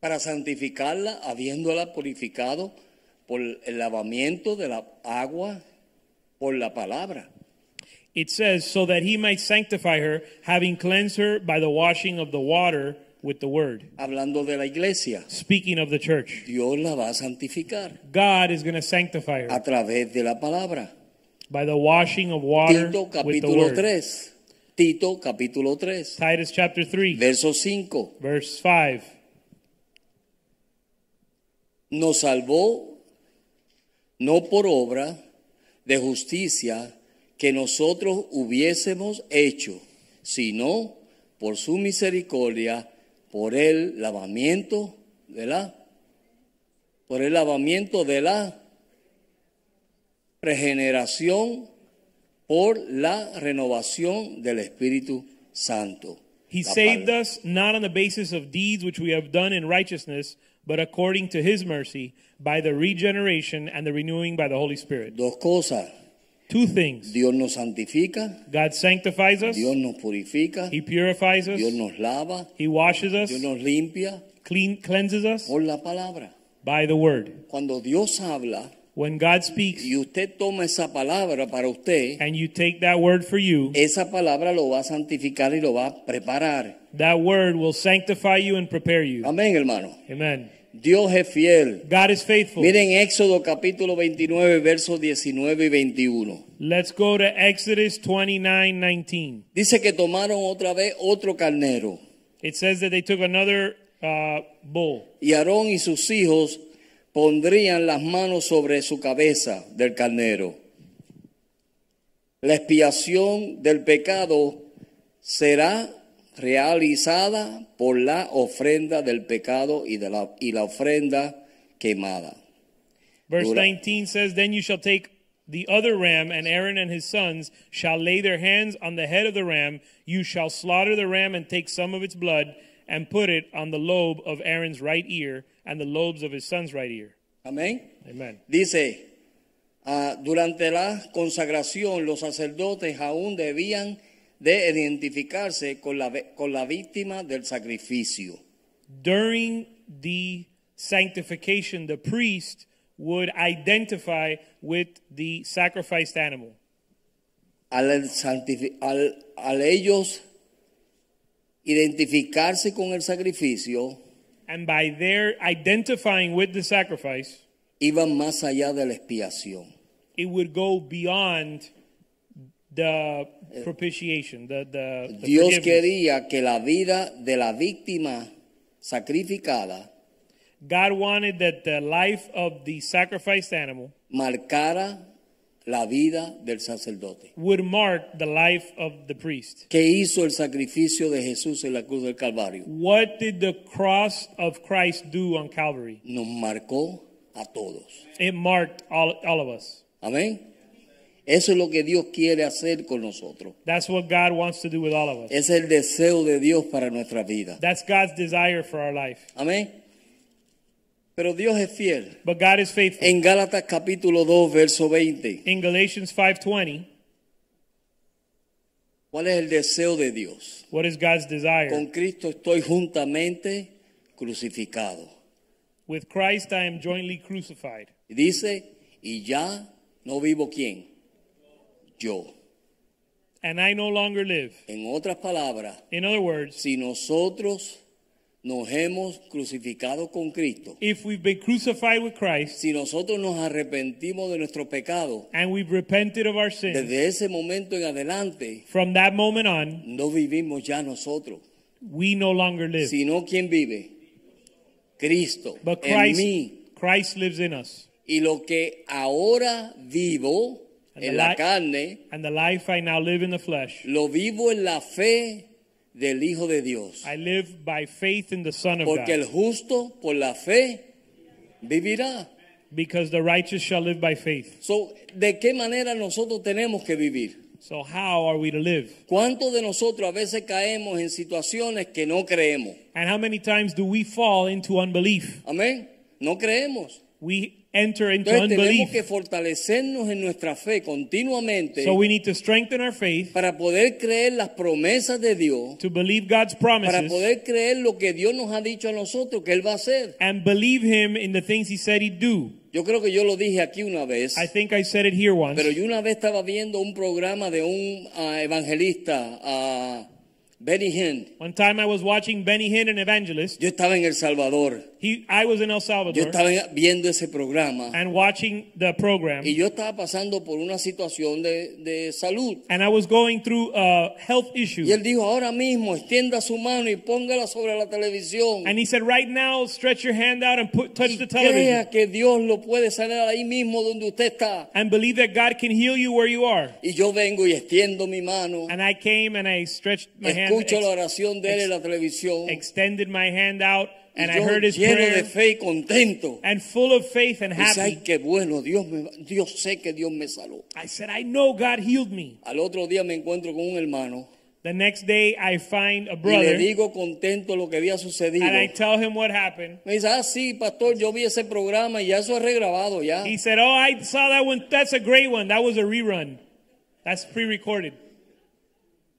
B: para santificarla, habiéndola purificado por el lavamiento de la agua, por la palabra.
C: It says, so that he might sanctify her, having cleansed her by the washing of the water with the word.
B: Hablando de la iglesia,
C: Speaking of the church,
B: Dios la va a santificar
C: God is going to sanctify her
B: a través de la palabra.
C: by the washing of water
B: Tito
C: with the
B: capítulo
C: word.
B: 3. Tito capítulo 3,
C: Titus chapter 3,
B: verso 5.
C: verse 5.
B: Nos salvó no por obra de justicia que nosotros hubiésemos hecho, sino por su misericordia, por el lavamiento de la por el lavamiento de la regeneración por la renovación del Espíritu Santo. La
C: He saved
B: palabra.
C: us not on the basis of deeds which we have done in righteousness, but according to his mercy by the regeneration and the renewing by the Holy Spirit.
B: Dos cosas.
C: Two things
B: Dios nos santifica,
C: God sanctifies us,
B: Dios nos purifica,
C: he purifies us,
B: Dios nos lava,
C: he washes us,
B: Dios nos limpia
C: clean, cleanses us.
B: por la palabra.
C: by the word.
B: Cuando Dios habla
C: When God speaks
B: y usted toma esa palabra para usted,
C: and you take that word for you,
B: esa palabra lo va a santificar y lo va a preparar.
C: that word will sanctify you and prepare you.
B: Amén, hermano.
C: Amen.
B: Dios es fiel.
C: God is faithful.
B: Miren Éxodo capítulo 29, versos 19 y 21.
C: Let's go to Exodus 29 19.
B: Dice que tomaron otra vez otro carnero
C: It says that they took another uh, bull,
B: y Aarón y sus hijos pondrían las manos sobre su cabeza del carnero. La expiación del pecado será realizada por la ofrenda del pecado y, de la, y la ofrenda quemada.
C: Verse
B: Dura-
C: 19 says, Then you shall take the other ram, and Aaron and his sons shall lay their hands on the head of the ram. You shall slaughter the ram and take some of its blood and put it on the lobe of Aaron's right ear and the lobes of his son's right ear.
B: Amén.
C: Amen.
B: Dice, ah, durante la consagración los sacerdotes aún debían de identificarse con la, ve- con la víctima del sacrificio.
C: During the sanctification, the priest would identify with the sacrificed animal.
B: Al, santifi- al- al ellos identificarse con el sacrificio,
C: And by their identifying with the sacrifice,
B: iban más allá de la expiación.
C: it would go beyond the propitiation, the, the, the
B: Uh, Dios
C: forgiveness.
B: quería que la vida de la víctima sacrificada
C: God wanted that the life of the sacrificed animal
B: marcara la vida del sacerdote.
C: would mark the life of the priest.
B: ¿Qué hizo el sacrificio de Jesús en la cruz del Calvario?
C: What did the cross of Christ do on Calvary?
B: Nos marcó a todos.
C: It marked all, all of us.
B: Amén. Eso es lo que Dios quiere hacer con nosotros.
C: That's what God wants to do with all of us.
B: Es el deseo de Dios para nuestra vida.
C: That's God's desire for our life.
B: Amén. Pero Dios es fiel.
C: But God is faithful.
B: En Gálatas capítulo 2, verso 20,
C: In Galatians 5:20,
B: ¿cuál es el deseo de Dios?
C: what is God's desire?
B: Con Cristo estoy juntamente crucificado.
C: With Christ I am jointly crucified.
B: Y dice, y ya no vivo quién? Yo.
C: and I no longer live.
B: En otras palabras,
C: In other words,
B: si nosotros nos hemos crucificado con Cristo,
C: if we've been crucified with Christ
B: si nosotros nos arrepentimos de nuestro pecado,
C: and we've repented of our sins,
B: desde ese momento en adelante,
C: from that moment on,
B: no vivimos ya nosotros,
C: we no longer live.
B: sino ¿quién vive? Cristo
C: But
B: en
C: Christ,
B: mí.
C: Christ lives in us.
B: Y lo que ahora vivo
C: And
B: en
C: the
B: la
C: li-
B: carne,
C: And the life I now live in the flesh,
B: Lo vivo en la fe del Hijo de Dios.
C: I live by faith in the Son of
B: Porque el
C: God.
B: justo por la fe vivirá.
C: Because the righteous shall live by faith.
B: So, ¿De qué manera nosotros tenemos que vivir?
C: So how are we to live?
B: ¿Cuántos de nosotros a veces caemos en situaciones que no creemos?
C: And how many times do we fall into unbelief?
B: Amén. No creemos.
C: We enter into
B: Entonces tenemos que
C: unbelief.
B: fortalecernos en nuestra fe continuamente
C: So we need to strengthen our faith
B: para poder creer las promesas de Dios,
C: to believe God's
B: para
C: promises
B: poder creer lo que Dios nos ha dicho a nosotros que Él va a hacer.
C: and believe him in the things he said he'd do.
B: Yo creo que yo lo dije aquí una vez.
C: I think I said it here once.
B: Pero yo una vez estaba viendo un programa de un ah, evangelista, a Benny Hinn.
C: One time I was watching Benny Hinn, an evangelist.
B: Yo estaba en El Salvador.
C: He, I was in
B: Yo
C: El Salvador
B: estaba viendo ese programa.
C: and watching the program,
B: Y yo estaba pasando por una situación de, de salud.
C: and I was going through a health issue.
B: Y él dijo, ahora mismo, extienda su mano y póngala sobre la televisión.
C: And he said, "Right now, stretch your hand out and put, touch
B: Y
C: the television,
B: crea que Dios lo puede sanar ahí mismo donde usted está.
C: and believe that God can heal you where you are."
B: Y yo vengo y extiendo mi mano.
C: And I came and I stretched my hand,
B: Escucho la
C: ex-
B: oración de él en la televisión. Y
C: extended my hand out, and I heard
B: yo
C: his
B: lleno de
C: prayer,
B: fe y contento.
C: and full of faith and
B: Dice, ay,
C: happy.
B: qué bueno, Dios, me, Dios sé que Dios me salvó.
C: I said, "I know God healed me."
B: Al otro día me encuentro con un hermano
C: The next day, I find a
B: y le
C: brother,
B: digo contento lo que había sucedido.
C: and I tell him what happened.
B: Me dice, ah, sí, pastor, yo vi ese programa y ya eso es regrabado ya.
C: He said, "Oh, I saw that one. That's a great one. That was a rerun. That's pre-recorded."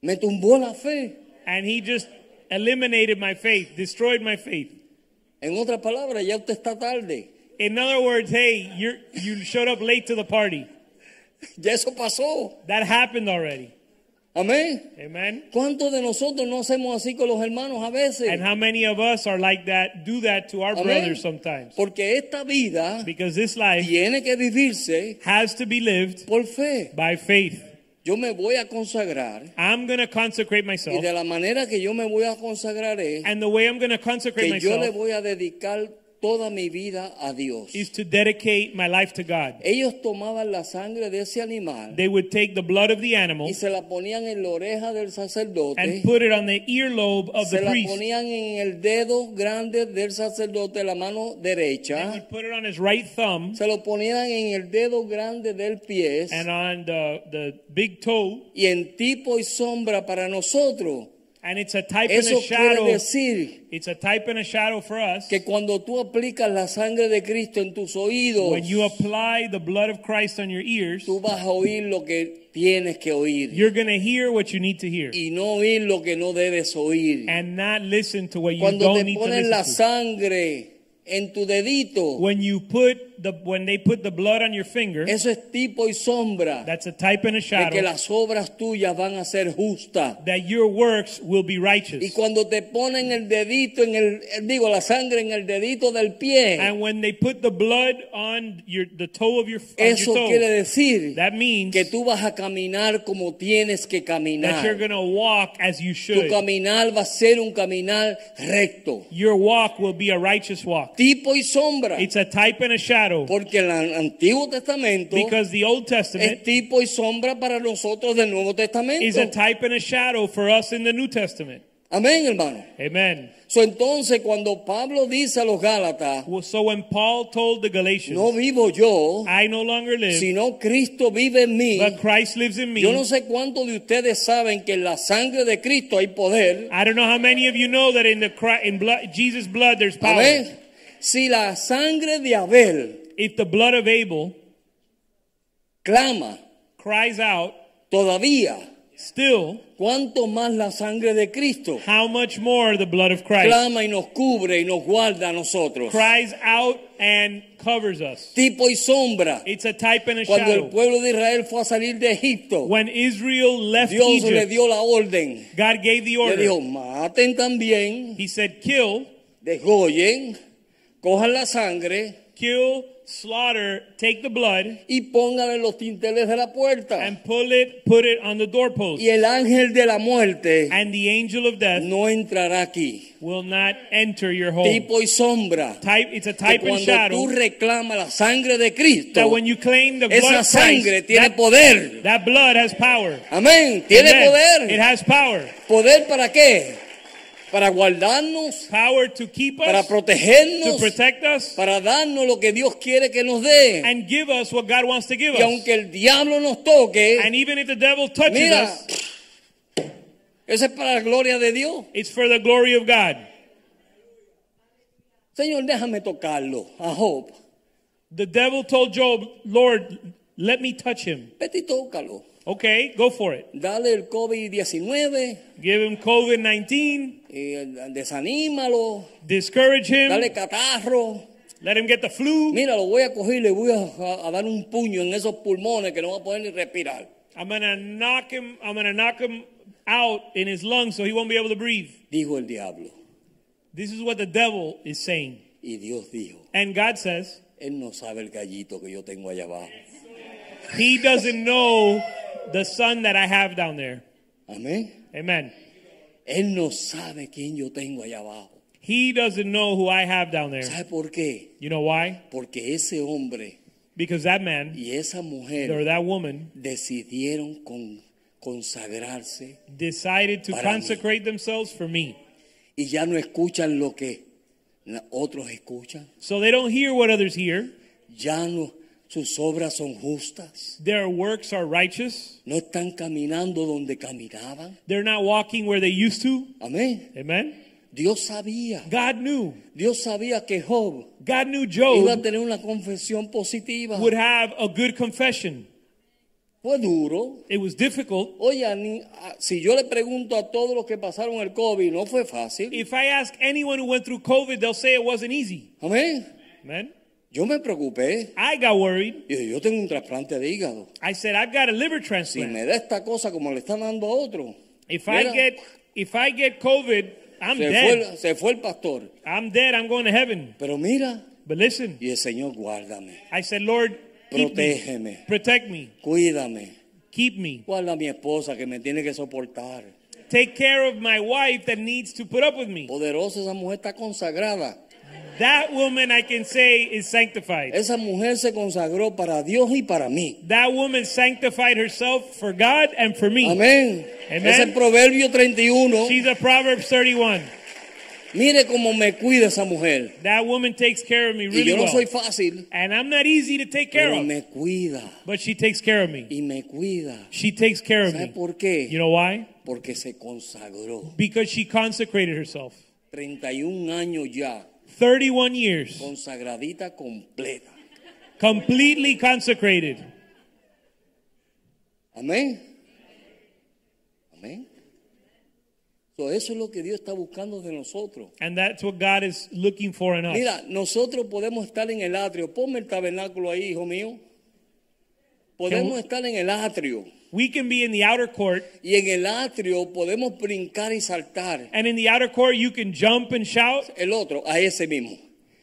B: Me tumbó la fe.
C: And he just eliminated my faith, destroyed my faith.
B: En otras palabras, ya usted está tarde.
C: In other words, hey, you you showed up late to the party.
B: Ya eso pasó.
C: That happened already.
B: Amén.
C: Amen.
B: ¿Cuántos de nosotros no hacemos así con los hermanos a veces?
C: And how many of us are like that? Do that to our
B: Amén.
C: brothers sometimes.
B: Porque esta vida
C: Because this life
B: tiene que vivirse
C: has to be lived
B: por fe.
C: by faith.
B: Yo me voy a consagrar
C: I'm going to consecrate
B: y
C: myself.
B: de la manera que yo me voy a consagrar es
C: And the way I'm going to consecrate
B: que yo le
C: myself
B: voy a dedicar toda mi vida a Dios.
C: is to dedicate my life to God.
B: Ellos tomaban la sangre de ese animal
C: They would take the blood of the animal
B: y se la ponían en la oreja del sacerdote,
C: and put it on the earlobe of
B: se
C: the
B: la
C: priest.
B: ponían en el dedo grande del sacerdote, la mano
C: They
B: derecha,
C: would put it on his right thumb
B: se lo ponían en el dedo grande del pie
C: and uh, on the, the big toe.
B: y en tipo y sombra para nosotros.
C: And it's a type and
B: Eso
C: a
B: quiere
C: shadow.
B: decir
C: It's a type and a shadow for us.
B: que cuando tú aplicas la sangre de Cristo en tus oídos,
C: When you apply the blood of Christ on your ears,
B: tú vas a oír lo que tienes que oír.
C: you're going to hear what you need to hear
B: y no oír lo que no debes oír.
C: and not listen to what you
B: Cuando
C: don't
B: te
C: need to
B: pones la
C: listen to.
B: sangre en tu dedito,
C: When you put the when they put the blood on your finger,
B: Eso es tipo y sombra
C: that's a type and a
B: de que
C: shadow
B: las obras tuyas van a ser justas.
C: that your works will be
B: Y
C: righteous.
B: cuando te ponen el dedito en el, eh, digo, la sangre en el dedito del pie,
C: And when they put the blood on your the toe of your, on your
B: eso quiere
C: toe,
B: decir
C: that means
B: que tú vas a caminar como tienes que
C: that you're
B: caminar.
C: going to walk as you
B: Tu
C: should.
B: caminar va a ser un caminar recto,
C: Your walk will be a righteous walk.
B: tipo y sombra,
C: It's a type and a shadow
B: porque el an- Antiguo Testamento
C: because the Old
B: es
C: Testament
B: tipo y sombra para nosotros del Nuevo
C: is a
B: Testamento.
C: type and a shadow for us in the New Testament.
B: Amén, hermano.
C: Amen.
B: So, entonces, cuando Pablo dice a los Gálatas,
C: Well, so when Paul told the Galatians,
B: no vivo yo,
C: I no longer live,
B: sino Cristo vive en mí.
C: but Christ lives in me.
B: Yo no sé cuántos de ustedes saben que en la sangre de Cristo hay poder.
C: I don't know how many of you know that in the Chri- in blood, Jesus' blood there's power.
B: Amén. Si la sangre de Abel
C: If the blood of Abel
B: clama
C: cries out,
B: todavía,
C: still,
B: ¿cuánto más la sangre de Cristo
C: how much more the blood of Christ
B: clama y nos cubre y nos guarda a nosotros?
C: cries out and covers us?
B: Tipo y sombra.
C: It's a type and a
B: Cuando
C: shadow.
B: el pueblo de Israel fue a salir de Egipto,
C: When Israel left
B: Dios le
C: Egypt,
B: dio la orden.
C: God gave the
B: Le
C: order.
B: dijo, maten también,
C: He said, kill,
B: degollen, cojan la sangre
C: kill, slaughter, take the blood,
B: y pónganle los tinteles de la puerta.
C: and pull it, put it on the doorpost.
B: Y el ángel de la muerte
C: And the angel of death
B: no entrará aquí.
C: will not enter your home.
B: Tipo y sombra.
C: type, it's a
B: Que
C: type and
B: cuando tú
C: shadow
B: reclamas la sangre de Cristo,
C: that when you claim the blood
B: esa
C: of Christ,
B: sangre tiene
C: that,
B: poder.
C: that blood has power.
B: Amén. Tiene
C: Amen. It
B: poder.
C: has power.
B: ¿Poder para qué? Para guardarnos,
C: Power to keep
B: para
C: us, to
B: protegernos, pues,
C: protect us,
B: para darnos lo que Dios quiere que nos dé.
C: and give us what God wants to give
B: Y
C: us.
B: aunque el diablo nos toque,
C: And even if the devil touches
B: Mira.
C: us,
B: eso es para la gloria de Dios.
C: it's for the glory of God.
B: Señor, déjame tocarlo a Job.
C: The devil told Job, Lord, let me touch him.
B: Vete y tócalo.
C: Okay, go for it.
B: Dale el COVID-19,
C: Give him COVID 19,
B: eh, desanímalo,
C: discourage him,
B: dale catarro.
C: let him get the flu.
B: Mira, lo voy a coger y le voy a, a- a dar un puño en esos pulmones que no va a poder ni respirar.
C: I'm gonna knock him, I'm gonna knock him out in his lungs so he won't be able to breathe.
B: Dijo el diablo.
C: This is what the devil is saying.
B: Y Dios dijo,
C: And God says,
B: él no sabe el gallito que yo tengo allá abajo.
C: He doesn't know the son that I have down there.
B: Amén.
C: Amen.
B: Él no sabe quién yo tengo allá abajo.
C: He doesn't know who I have down there.
B: ¿Sabe por qué?
C: You know why?
B: Porque ese hombre
C: Because that man
B: y esa
C: or
B: mujer
C: that woman
B: decidieron con- consagrarse
C: decided to
B: Para mí.
C: consecrate themselves for me.
B: y ya no escuchan lo que na- otros escuchan.
C: So they don't hear what others hear.
B: Ya no, sus obras son justas.
C: Their works are righteous.
B: No están caminando donde caminaban.
C: They're not walking where they used to.
B: Amén.
C: Amen.
B: Dios sabía,
C: God knew.
B: Dios sabía que Job
C: God knew
B: iba a
C: Job
B: tener una confesión positiva.
C: would have a good confession.
B: Fue duro.
C: It was difficult.
B: Oye, ni- a- si yo le pregunto a todos los que pasaron el COVID, no fue fácil.
C: If I ask anyone who went through COVID, they'll say it wasn't easy.
B: Amén.
C: Amen.
B: Yo me preocupé.
C: I got worried.
B: Yo, yo tengo un trasplante de hígado.
C: I said, I've got a liver
B: Si
C: transplant.
B: me da esta cosa como le están dando a otro.
C: If I
B: Mira,
C: get if I get COVID, I'm
B: se,
C: dead.
B: fue, el- se fue el pastor.
C: I'm dead. I'm going to heaven.
B: Pero mira,
C: But listen,
B: y el Señor guárdame,
C: I said, Lord, keep me.
B: protégeme,
C: protect me,
B: cuídame.
C: keep me,
B: Guarda a mi esposa que me tiene que soportar.
C: take care of my wife that needs to put up with me.
B: Poderosa esa mujer está consagrada.
C: That woman I can say is sanctified.
B: Esa mujer se consagró para Dios y para mí.
C: That woman sanctified herself for God and for me.
B: Amén.
C: Amen.
B: Ese es Proverbio 31.
C: She's a Proverbs 31.
B: Mire cómo me cuida esa mujer.
C: That woman takes care of me
B: y
C: really
B: yo no
C: well.
B: soy fácil,
C: and I'm not easy to take care
B: pero
C: of,
B: me cuida
C: but she takes care of me.
B: y me cuida.
C: She takes care of
B: ¿Sabe
C: me.
B: por qué?
C: You know why?
B: Porque se consagró.
C: Because she consecrated herself.
B: 31 años ya,
C: 31 years,
B: consagradita completa.
C: completely consecrated.
B: Amén. Amén. So, eso es lo que Dios está buscando de nosotros.
C: And that's what God is looking for in us.
B: Mira, nosotros podemos estar en el atrio. Ponme el tabernáculo ahí, hijo mío. Podemos
C: we-
B: estar en el atrio.
C: We can be in the outer court,
B: Y en el atrio podemos brincar y saltar.
C: and in the outer court, you can jump and shout.
B: El otro, a ese mismo.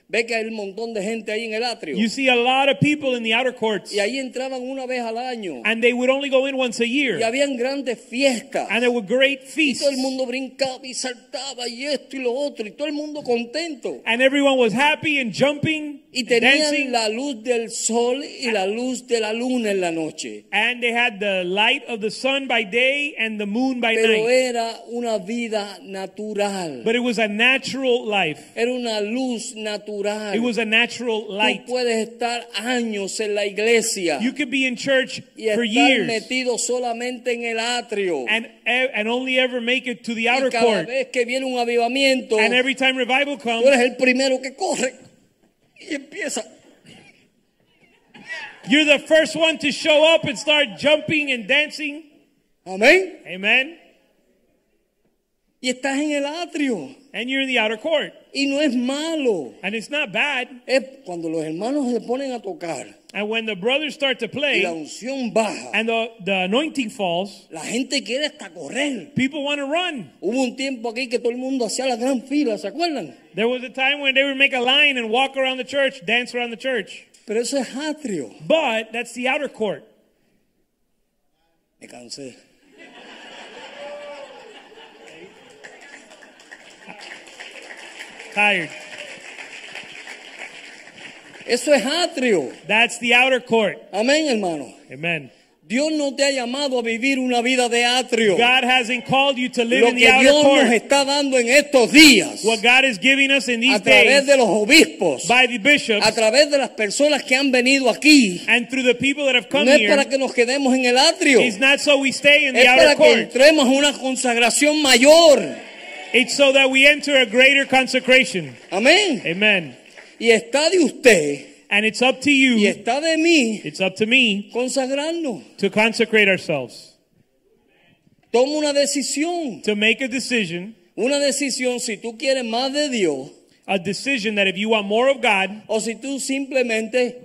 B: Ve que hay un montón de gente ahí en el atrio.
C: You see a lot of people in the outer courts,
B: Y ahí entraban una vez al año.
C: and they would only go in once a year,
B: Y habían grandes fiestas.
C: and there were great
B: Y
C: feasts,
B: todo el mundo brincaba y saltaba y esto y lo otro. Y todo el mundo contento.
C: and everyone was happy and jumping,
B: Y
C: and
B: tenían
C: Ah, dancing,
B: la luz del sol y la luz de la luna en la noche.
C: and they had the light of the sun by day and the moon by
B: Pero
C: night.
B: era una vida natural.
C: But it was a natural life.
B: Era una luz natural.
C: It was a natural
B: Tú
C: light.
B: puedes estar años en la iglesia
C: You could be in church
B: y
C: for
B: estar
C: years
B: metido solamente en el atrio.
C: and e, and only ever make it to the
B: y
C: outer
B: cada
C: court.
B: vez que viene un avivamiento,
C: And every time revival
B: tú
C: comes,
B: eres el primero que corre y empieza.
C: you're the first one to show up and start jumping and dancing.
B: Amén.
C: Amen.
B: Y estás en el atrio.
C: And you're in the outer court.
B: Y no es malo.
C: And it's not bad.
B: Es cuando los hermanos se ponen a tocar
C: And when the brothers start to
B: y la
C: play
B: unción baja,
C: and the, the anointing falls,
B: la gente quiere hasta correr.
C: people want to run.
B: Hubo un tiempo aquí que todo el mundo hacía la gran fila, ¿se acuerdan?
C: There was a time when they would make a line and walk around the church, dance around the church.
B: Pero eso es atrio.
C: But that's the outer court.
B: Me cansé.
C: Tired.
B: Eso es atrio.
C: That's the outer court.
B: Amén, hermano.
C: Amen.
B: Dios no te ha llamado a vivir una vida de atrio.
C: God hasn't called you to live
B: Lo
C: in the
B: que
C: outer
B: Dios nos
C: court.
B: está dando en estos días,
C: What God is giving us in these
B: a través
C: days
B: de los obispos,
C: by the bishops
B: a través de las personas que han venido aquí,
C: and through the people that have come
B: no es para
C: here
B: que nos quedemos en el atrio.
C: It's not so we stay in the
B: Es para que
C: outer court.
B: entremos a una consagración mayor.
C: It's so that we enter a greater consecration.
B: Amén.
C: Amen.
B: Y está de usted
C: And it's up to
B: y
C: you,
B: está de mí
C: it's up to me
B: consagrarnos.
C: to consecrate ourselves,
B: Toma una decisión.
C: to make a decision,
B: Una decisión si tú quieres más de Dios
C: a decision that if you want more of God,
B: o si tú simplemente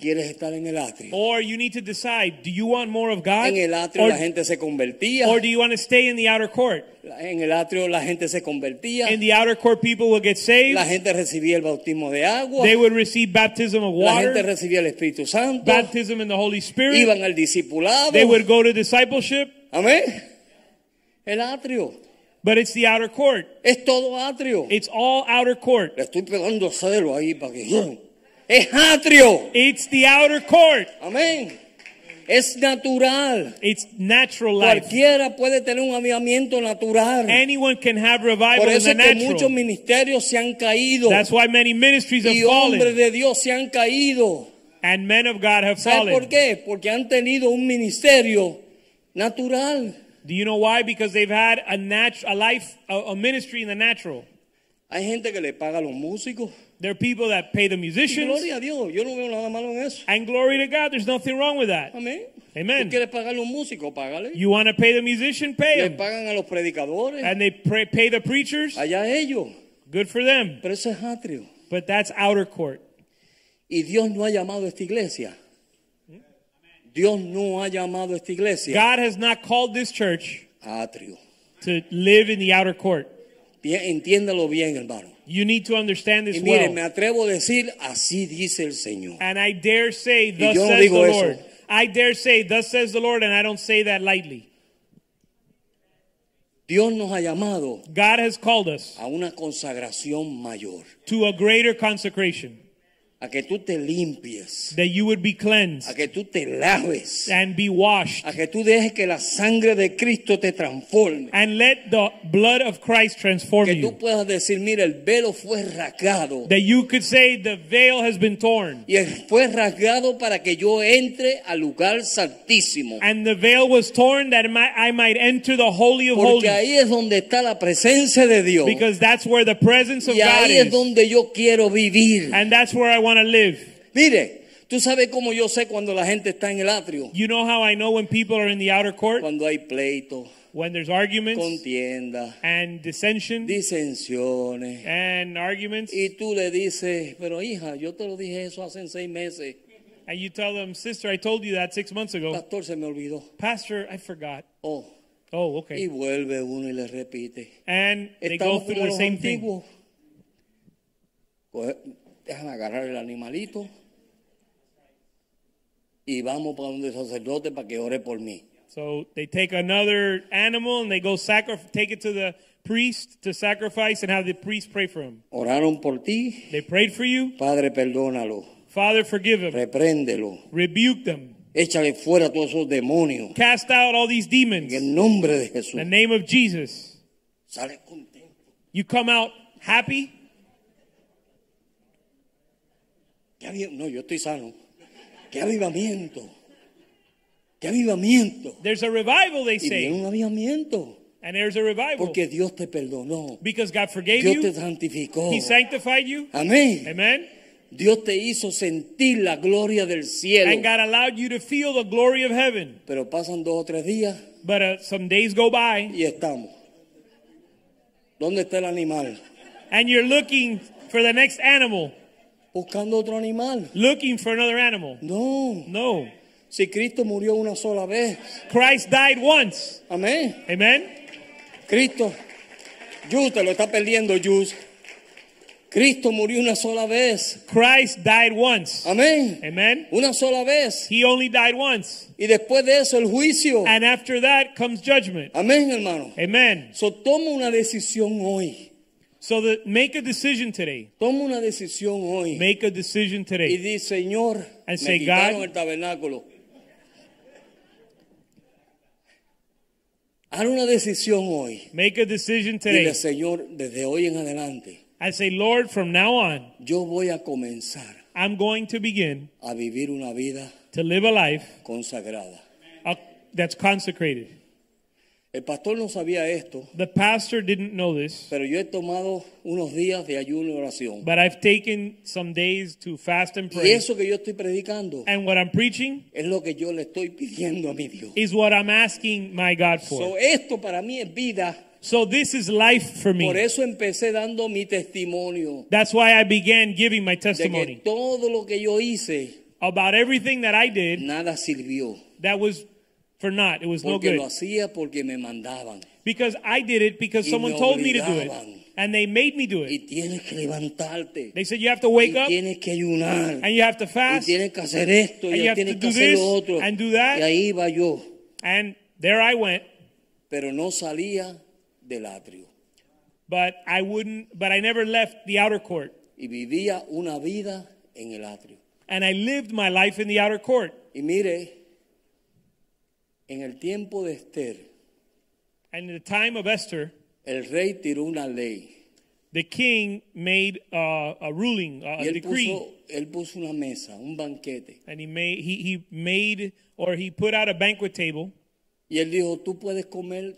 B: quieres estar en el atrio.
C: or you need to decide, do you want more of God?
B: En el atrio la
C: Or,
B: gente se convertía.
C: or do you want to stay in the outer court?
B: En el atrio la gente se convertía.
C: In the outer court, people will get saved,
B: La gente recibía el bautismo de agua.
C: they would receive baptism of
B: La gente
C: water,
B: recibía el Espíritu Santo.
C: baptism in the Holy Spirit,
B: Iban al discipulado.
C: they would go to discipleship,
B: Amén. El atrio.
C: but it's the outer court.
B: Es todo atrio.
C: It's all outer court.
B: Le estoy pegando cero ahí para que. Es atrio.
C: It's the outer court.
B: Amén. Es natural.
C: It's natural life.
B: Cualquiera puede tener un avivamiento natural.
C: Anyone can have revival
B: Por
C: in
B: eso
C: the
B: es que muchos
C: natural.
B: ministerios se han caído.
C: That's why many ministries have
B: Y hombres
C: fallen
B: de Dios se han caído.
C: and men of God have
B: ¿Sabes por
C: fallen.
B: qué? Porque han tenido un ministerio natural.
C: Do you know why? Because they've had a nat- a life, a, a ministry in the natural.
B: Hay gente que le paga a los músicos.
C: There are people that pay the
B: Y
C: musicians,
B: gloria a Dios, yo no veo nada malo en eso.
C: and glory to God, there's nothing wrong with that.
B: Amén.
C: Amen.
B: ¿Tú quieres pagar a los músicos? Págale.
C: You want to pay the musician, pay
B: Le
C: him,
B: pagan a los predicadores.
C: and they pray, pay the preachers.
B: Allá ellos.
C: Good for them,
B: Pero eso es atrio.
C: but that's outer court.
B: Y Dios no ha llamado a esta iglesia. Dios no ha llamado a esta iglesia.
C: God has not called this church
B: a Atrio.
C: to live in the outer court.
B: Bien, entiéndalo bien, hermano.
C: You need to understand
B: Y
C: this
B: mire,
C: well.
B: me atrevo a decir, así dice el Señor.
C: And I dare say, thus
B: yo no
C: says the
B: digo eso.
C: Lord. I dare say, thus says the Lord, and I don't say that lightly.
B: Dios nos ha llamado
C: God has called us
B: a una consagración mayor.
C: to a greater consecration,
B: A que tú te limpies.
C: that you would be
B: A
C: cleansed
B: que tú te laves.
C: and be washed,
B: a que tú dejes que la sangre de Cristo te transforme.
C: and let the blood of Christ transform
B: Que tú
C: you.
B: puedas decir, mira, el velo fue rasgado.
C: That you could say, the veil has been torn,
B: Y él fue rasgado para que yo entre al lugar santísimo.
C: and the veil was torn that mi- I might enter the Holy of
B: Porque
C: Holies,
B: ahí es donde está la presencia de Dios.
C: because that's where the presence of
B: Y
C: God
B: ahí es
C: is,
B: donde yo quiero vivir.
C: and that's where I want to live.
B: Mire, tú sabes cómo yo sé cuando la gente está en el atrio.
C: You know how I know when people are in the outer court?
B: Cuando hay pleito,
C: When there's arguments
B: contiendas,
C: and dissension
B: disensiones.
C: and arguments,
B: Y tú le dices, pero hija, yo te lo dije eso hace seis meses.
C: and you tell them, Sister, I told you that six months ago.
B: Pastor, se me olvidó.
C: Pastor, I forgot.
B: Oh,
C: Oh,
B: y
C: okay.
B: vuelve uno y le repite.
C: And they go
B: Estamos
C: through
B: como
C: the
B: los
C: same thing.
B: antiguos. Coge- dejan agarrar el animalito y vamos para donde el sacerdote para que ore por mí.
C: So they take another animal and they go sacri- take it to the priest to sacrifice and have the priest pray for him.
B: Oraron por ti,
C: They prayed for you.
B: Padre, perdónalo,
C: Father, forgive him.
B: repréndelo,
C: Rebuke them.
B: échale fuera todos esos demonios.
C: Cast out all these demons.
B: En el nombre de
C: In
B: Jesús,
C: the name of Jesus.
B: sales contento.
C: You come out happy.
B: Qué avi- No, yo estoy sano. Qué avivamiento. Qué avivamiento.
C: There's a revival, they
B: Y viene
C: say.
B: un avivamiento.
C: And there's a revival.
B: Porque Dios te perdonó.
C: Because God forgave
B: Dios te
C: you.
B: santificó.
C: He sanctified you.
B: Amén.
C: Amen.
B: Dios te hizo sentir la gloria del
C: And
B: cielo.
C: God allowed you to feel the glory of heaven.
B: Pero pasan dos o tres días
C: But uh, some days go by
B: y estamos. ¿Dónde está el animal?
C: and you're looking for the next animal,
B: Buscando otro animal.
C: looking for another animal.
B: No.
C: No.
B: Si Cristo murió una sola vez.
C: Christ died once.
B: Amén.
C: Amen.
B: Cristo. Yus te lo está perdiendo, Yus. Cristo murió una sola vez.
C: Christ died once.
B: Amén.
C: Amen.
B: Una sola vez.
C: He only died once.
B: Y después de eso el juicio.
C: And after that comes judgment.
B: Amén, hermano.
C: Amen.
B: So, toma una decisión hoy.
C: So the, make a decision today.
B: Toma una decisión hoy.
C: Make a decision
B: y
C: today.
B: dice, Señor,
C: And
B: me
C: say,
B: quitaron
C: God-
B: el tabernáculo. Haz una decisión hoy.
C: Make a decision
B: Dile,
C: today.
B: Señor, desde hoy en adelante,
C: I say, Lord, from now on,
B: yo voy a comenzar
C: I'm going to begin
B: a vivir una vida
C: to live a life
B: consagrada.
C: uh, that's consecrated.
B: El pastor no sabía esto,
C: The pastor didn't know this,
B: pero yo he tomado unos días de ayuno y oración.
C: but I've taken some days to fast and
B: Y
C: pray.
B: eso que yo estoy predicando
C: And what I'm preaching
B: es lo que yo le estoy pidiendo a mi Dios.
C: is what I'm asking my God
B: So,
C: for.
B: esto para mí es vida.
C: So this is life for
B: Por
C: me.
B: eso empecé dando mi testimonio
C: That's why I began giving my
B: de que
C: testimony
B: todo lo que yo hice
C: about everything that I did
B: nada sirvió
C: that was for naught. It was no
B: porque
C: good.
B: lo hacía porque me mandaban
C: Because I did it because
B: Y
C: someone
B: me
C: told me to do
B: obligaban.
C: it. And they made me do it.
B: y tienes que levantarte
C: They said you have to
B: y
C: wake up
B: tienes que ayunar
C: and you have to
B: y
C: fast.
B: tienes que hacer esto
C: and
B: y
C: you have
B: tienes
C: to
B: que
C: do
B: hacer lo
C: this
B: otro
C: and do that.
B: y ahí iba yo
C: And there I went,
B: pero no salía del atrio
C: but I wouldn't but I never left the outer court.
B: y vivía una vida en el atrio
C: And I lived my life in the outer court.
B: y mire en el tiempo de Esther
C: And in the time of Esther,
B: el rey tiró una ley
C: the king made uh, a ruling, uh, a,
B: y
C: a
B: él
C: decree,
B: puso, él puso una mesa un banquete
C: and he made he, he made or he put out a banquet table,
B: Y él dijo, tú puedes comer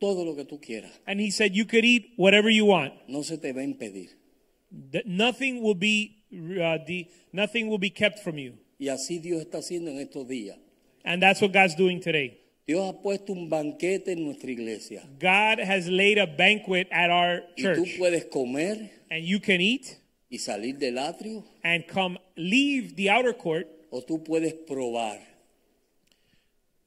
B: todo lo que tú quieras,
C: and he said you could eat whatever you want.
B: no se te va a impedir.
C: That nothing will be uh, the nothing will be kept from you.
B: Y así Dios está haciendo en estos días.
C: And that's what God's doing today.
B: Dios ha puesto un banquete en nuestra iglesia.
C: God has laid a banquet at our
B: Y tú
C: church,
B: puedes comer
C: and you can eat
B: y salir del atrio
C: and come leave the outer court.
B: o tú puedes probar,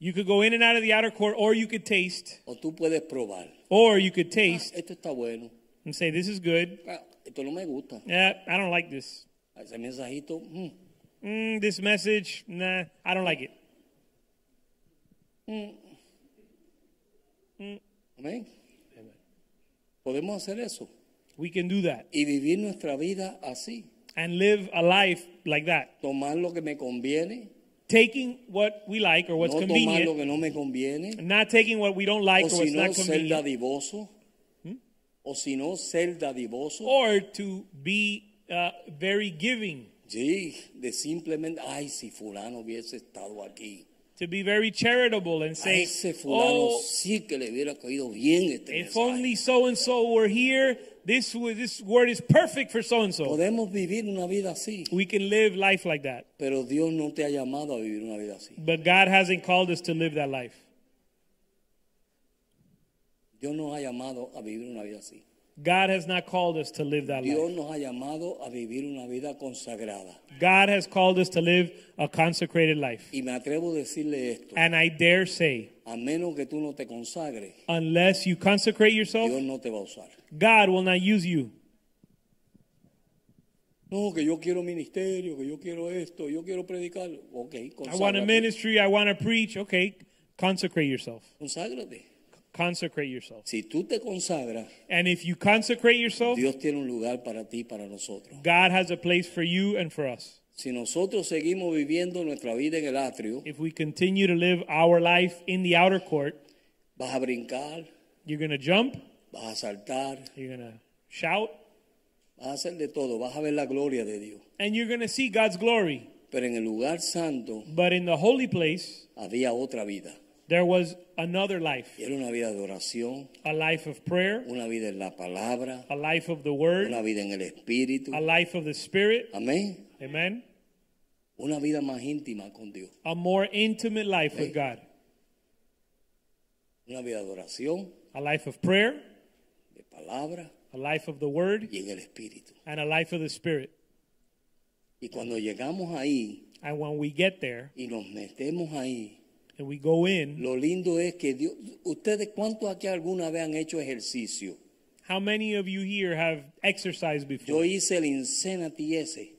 C: You could go in and out of the outer court, or you could taste,
B: o tú puedes probar.
C: or you could
B: Ah,
C: taste
B: esto está bueno,
C: and say, "This is good.
B: Ah, esto no me gusta.
C: Yeah, I don't like this.
B: Ese mensajito, mm,
C: Mm, this message, nah, I don't like it."
B: amén. Podemos hacer eso
C: We can do that
B: y vivir nuestra vida así.
C: and live a life like that,
B: Tomar lo que me conviene,
C: taking what we like or what's
B: no tomar lo
C: convenient,
B: que no me conviene.
C: not taking what we don't like
B: o
C: or
B: si
C: what's
B: no
C: not
B: ser
C: convenient,
B: dadivoso o si no ser dadivoso
C: or to be uh, very giving,
B: sí de simplemente ay si fulano hubiese estado aquí
C: to be very charitable and
B: a
C: say,
B: ese fulano
C: "Oh,
B: sí que le hubiera caído bien este
C: if
B: mensaje".
C: only so and so were here, this wa- this word is perfect for so and so."
B: podemos vivir una vida así
C: We can live life like that,
B: pero Dios no te ha llamado a vivir una vida así
C: but God hasn't called us to live that life.
B: Dios nos ha llamado a vivir una vida así.
C: God has not called us to live that life.
B: Dios nos ha llamado a vivir una vida consagrada.
C: God has called us to live a consecrated life.
B: Y me atrevo a decirle esto,
C: And I dare say,
B: a menos que tú no te consagres,
C: unless you consecrate yourself,
B: Dios no te va a usar.
C: God will not use you.
B: No, que yo quiero ministerio, que yo quiero esto, yo quiero predicar. Ok,
C: I want a
B: conságrate.
C: ministry, I want to preach. Okay, consecrate yourself.
B: Conságrate.
C: Consecrate yourself.
B: Si tú te consagras,
C: And if you consecrate yourself,
B: Dios tiene un lugar para ti y para nosotros.
C: God has a place for you and for us.
B: Si nosotros seguimos viviendo nuestra vida en el atrio,
C: If we continue to live our life in the outer court,
B: vas a brincar,
C: you're going to jump,
B: vas a saltar,
C: you're going to shout,
B: vas a hacer de todo, vas a ver la gloria de Dios.
C: and you're going to see God's glory.
B: Pero en el lugar santo
C: But in the holy place,
B: había otra vida.
C: there was another life
B: Y era una vida de oración,
C: a life of prayer,
B: una vida en la palabra,
C: a life of the word,
B: una vida en el espíritu.
C: a life of the spirit.
B: Amén.
C: Amen.
B: Una vida más íntima con Dios.
C: A more intimate life with God,
B: Una vida de oración,
C: a life of prayer,
B: de palabra
C: a life of the word,
B: y en el espíritu.
C: and a life of the spirit.
B: Y cuando llegamos ahí
C: And when we get there
B: y nos metemos ahí,
C: and we go in,
B: lo lindo es que Dios, ustedes cuántos aquí alguna vez han hecho ejercicio.
C: how many of you here have
B: Yo
C: exercised before?
B: hice el Insanity ese,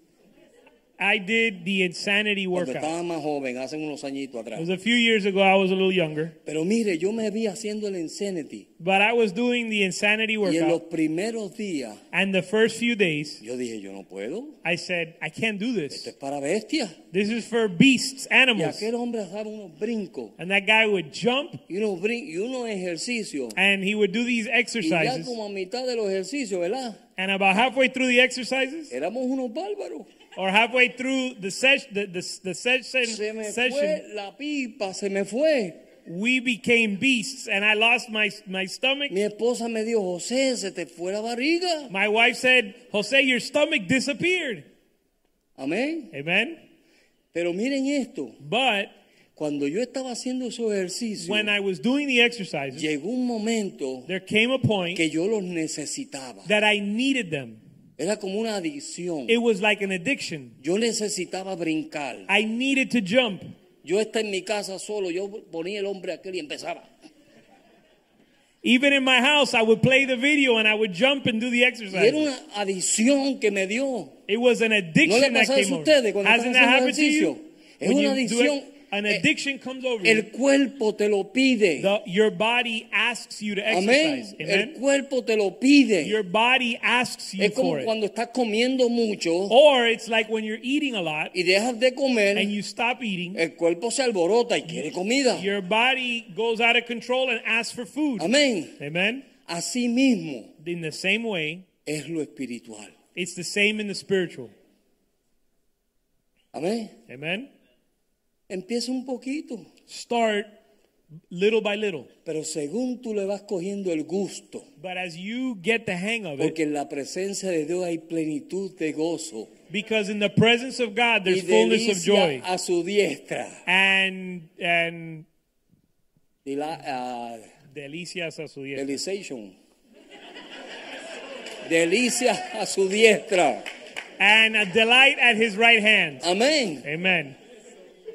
C: I did the insanity
B: cuando
C: workout.
B: estaba más joven, hace unos añitos
C: It
B: atrás.
C: was a few years ago, I was a little younger,
B: Pero mire, yo me vi haciendo el Insanity
C: but I was doing the insanity
B: y en los
C: workout.
B: primeros días
C: And the first few days,
B: yo dije, yo no puedo,
C: I said, I can't do this.
B: esto es para bestias.
C: This is for beasts,
B: Y
C: animals.
B: aquel hombre daba unos brincos
C: And that guy would jump
B: y unos, brin y unos ejercicios.
C: and he would do these
B: Y ya
C: exercises.
B: como a mitad de los ejercicios, ¿verdad?
C: And about halfway through the exercises,
B: Éramos unos bárbaros.
C: or halfway through the, ses- the, the, the session,
B: Se me
C: session
B: fue la pipa, se me fue.
C: we became beasts and I lost my, my stomach.
B: Mi esposa me dijo, José, se te fue la barriga.
C: My wife said, Jose, your stomach disappeared.
B: Amén.
C: Amen.
B: Pero miren esto,
C: But
B: cuando yo estaba haciendo esos ejercicios,
C: when I was doing the exercises,
B: llegó un momento
C: there came a point
B: que yo los necesitaba.
C: that I needed them.
B: Era como una adicción.
C: It was like an addiction.
B: Yo necesitaba brincar.
C: I needed to jump.
B: Yo estaba en mi casa solo, yo ponía el hombre aquel y empezaba.
C: Even in my house, I would play the video and I would jump and do the
B: Y era
C: exercises.
B: una adicción que me dio.
C: It was an
B: ¿No le
C: addiction that
B: pasa
C: came
B: eso a
C: over.
B: ustedes cuando están
C: Hasn't that
B: haciendo
C: happened to
B: ejercicio?
C: you?
B: Es
C: When
B: una
C: you do it,
B: adicción.
C: an
B: Eh,
C: addiction comes over you.
B: El cuerpo te lo pide.
C: The- your body asks you to
B: Amén.
C: exercise.
B: El
C: Amen.
B: cuerpo te lo pide.
C: Your body asks you
B: Es como
C: for it.
B: cuando estás comiendo mucho
C: Or it's like when you're eating a lot
B: y dejas de
C: and
B: comer,
C: you stop eating,
B: el cuerpo se alborota y quiere comida.
C: your body goes out of control and asks for food.
B: Amén.
C: Amen.
B: Así mismo
C: In the same way,
B: es lo espiritual.
C: it's the same in the spiritual.
B: Amén.
C: Amen.
B: Empieza un poquito,
C: Start little by little.
B: pero según tú le vas cogiendo el gusto,
C: But as you get the hang of it,
B: porque en la presencia de Dios hay plenitud de gozo
C: because in the presence of God
B: y
C: there's fullness of
B: delicia
C: joy.
B: a su diestra.
C: And and
B: Y la- ah,
C: delicias a su diestra.
B: Deliciation. Delicia a su diestra.
C: And a delight at his right hand.
B: Amén.
C: Amen.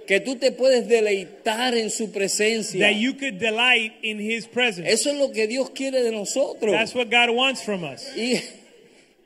B: Que tú te puedes deleitar en su presencia.
C: That you could delight in his presence.
B: Eso es lo que Dios quiere de nosotros.
C: That's what God wants from us.
B: Y,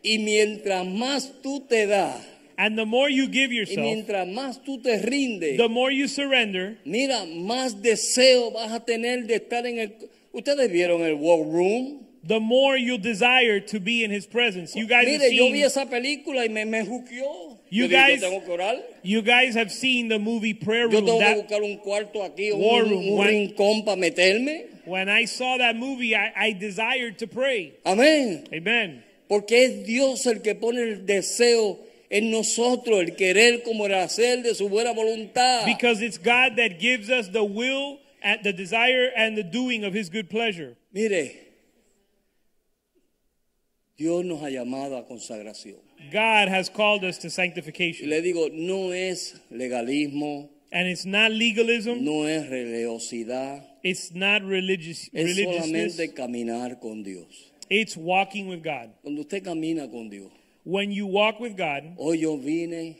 B: y mientras más tú te das,
C: And the more you give
B: y
C: yourself,
B: mientras más tú te rindes,
C: the more you surrender,
B: mira, más deseo vas a tener de estar en el... Ustedes vieron el War Room.
C: the more you'll desire to be in his presence. You guys have
B: Mire, yo vi
C: seen,
B: esa película y me, me juqueó. yo,
C: You
B: dije,
C: guys-
B: yo tengo que orar.
C: you guys have seen the movie Prayer
B: Yo
C: Room.
B: tengo que
C: That,
B: buscar un cuarto aquí, un,
C: War room,
B: un
C: one-
B: rincón para meterme.
C: when I saw that movie, I, I desired to pray.
B: Amén.
C: Amen.
B: Porque es Dios el que pone el deseo en nosotros, el querer como el hacer de su buena voluntad.
C: Because it's God that gives us the will and the desire and the doing of his good pleasure.
B: Mire, Dios nos ha llamado a consagración.
C: God has called us to
B: Y
C: sanctification.
B: le digo, no es legalismo,
C: And it's not legalism,
B: no es religiosidad,
C: It's not religious
B: es
C: religiousness.
B: solamente caminar con Dios.
C: It's walking with God.
B: Cuando usted camina con Dios,
C: When you walk with God,
B: hoy yo vine,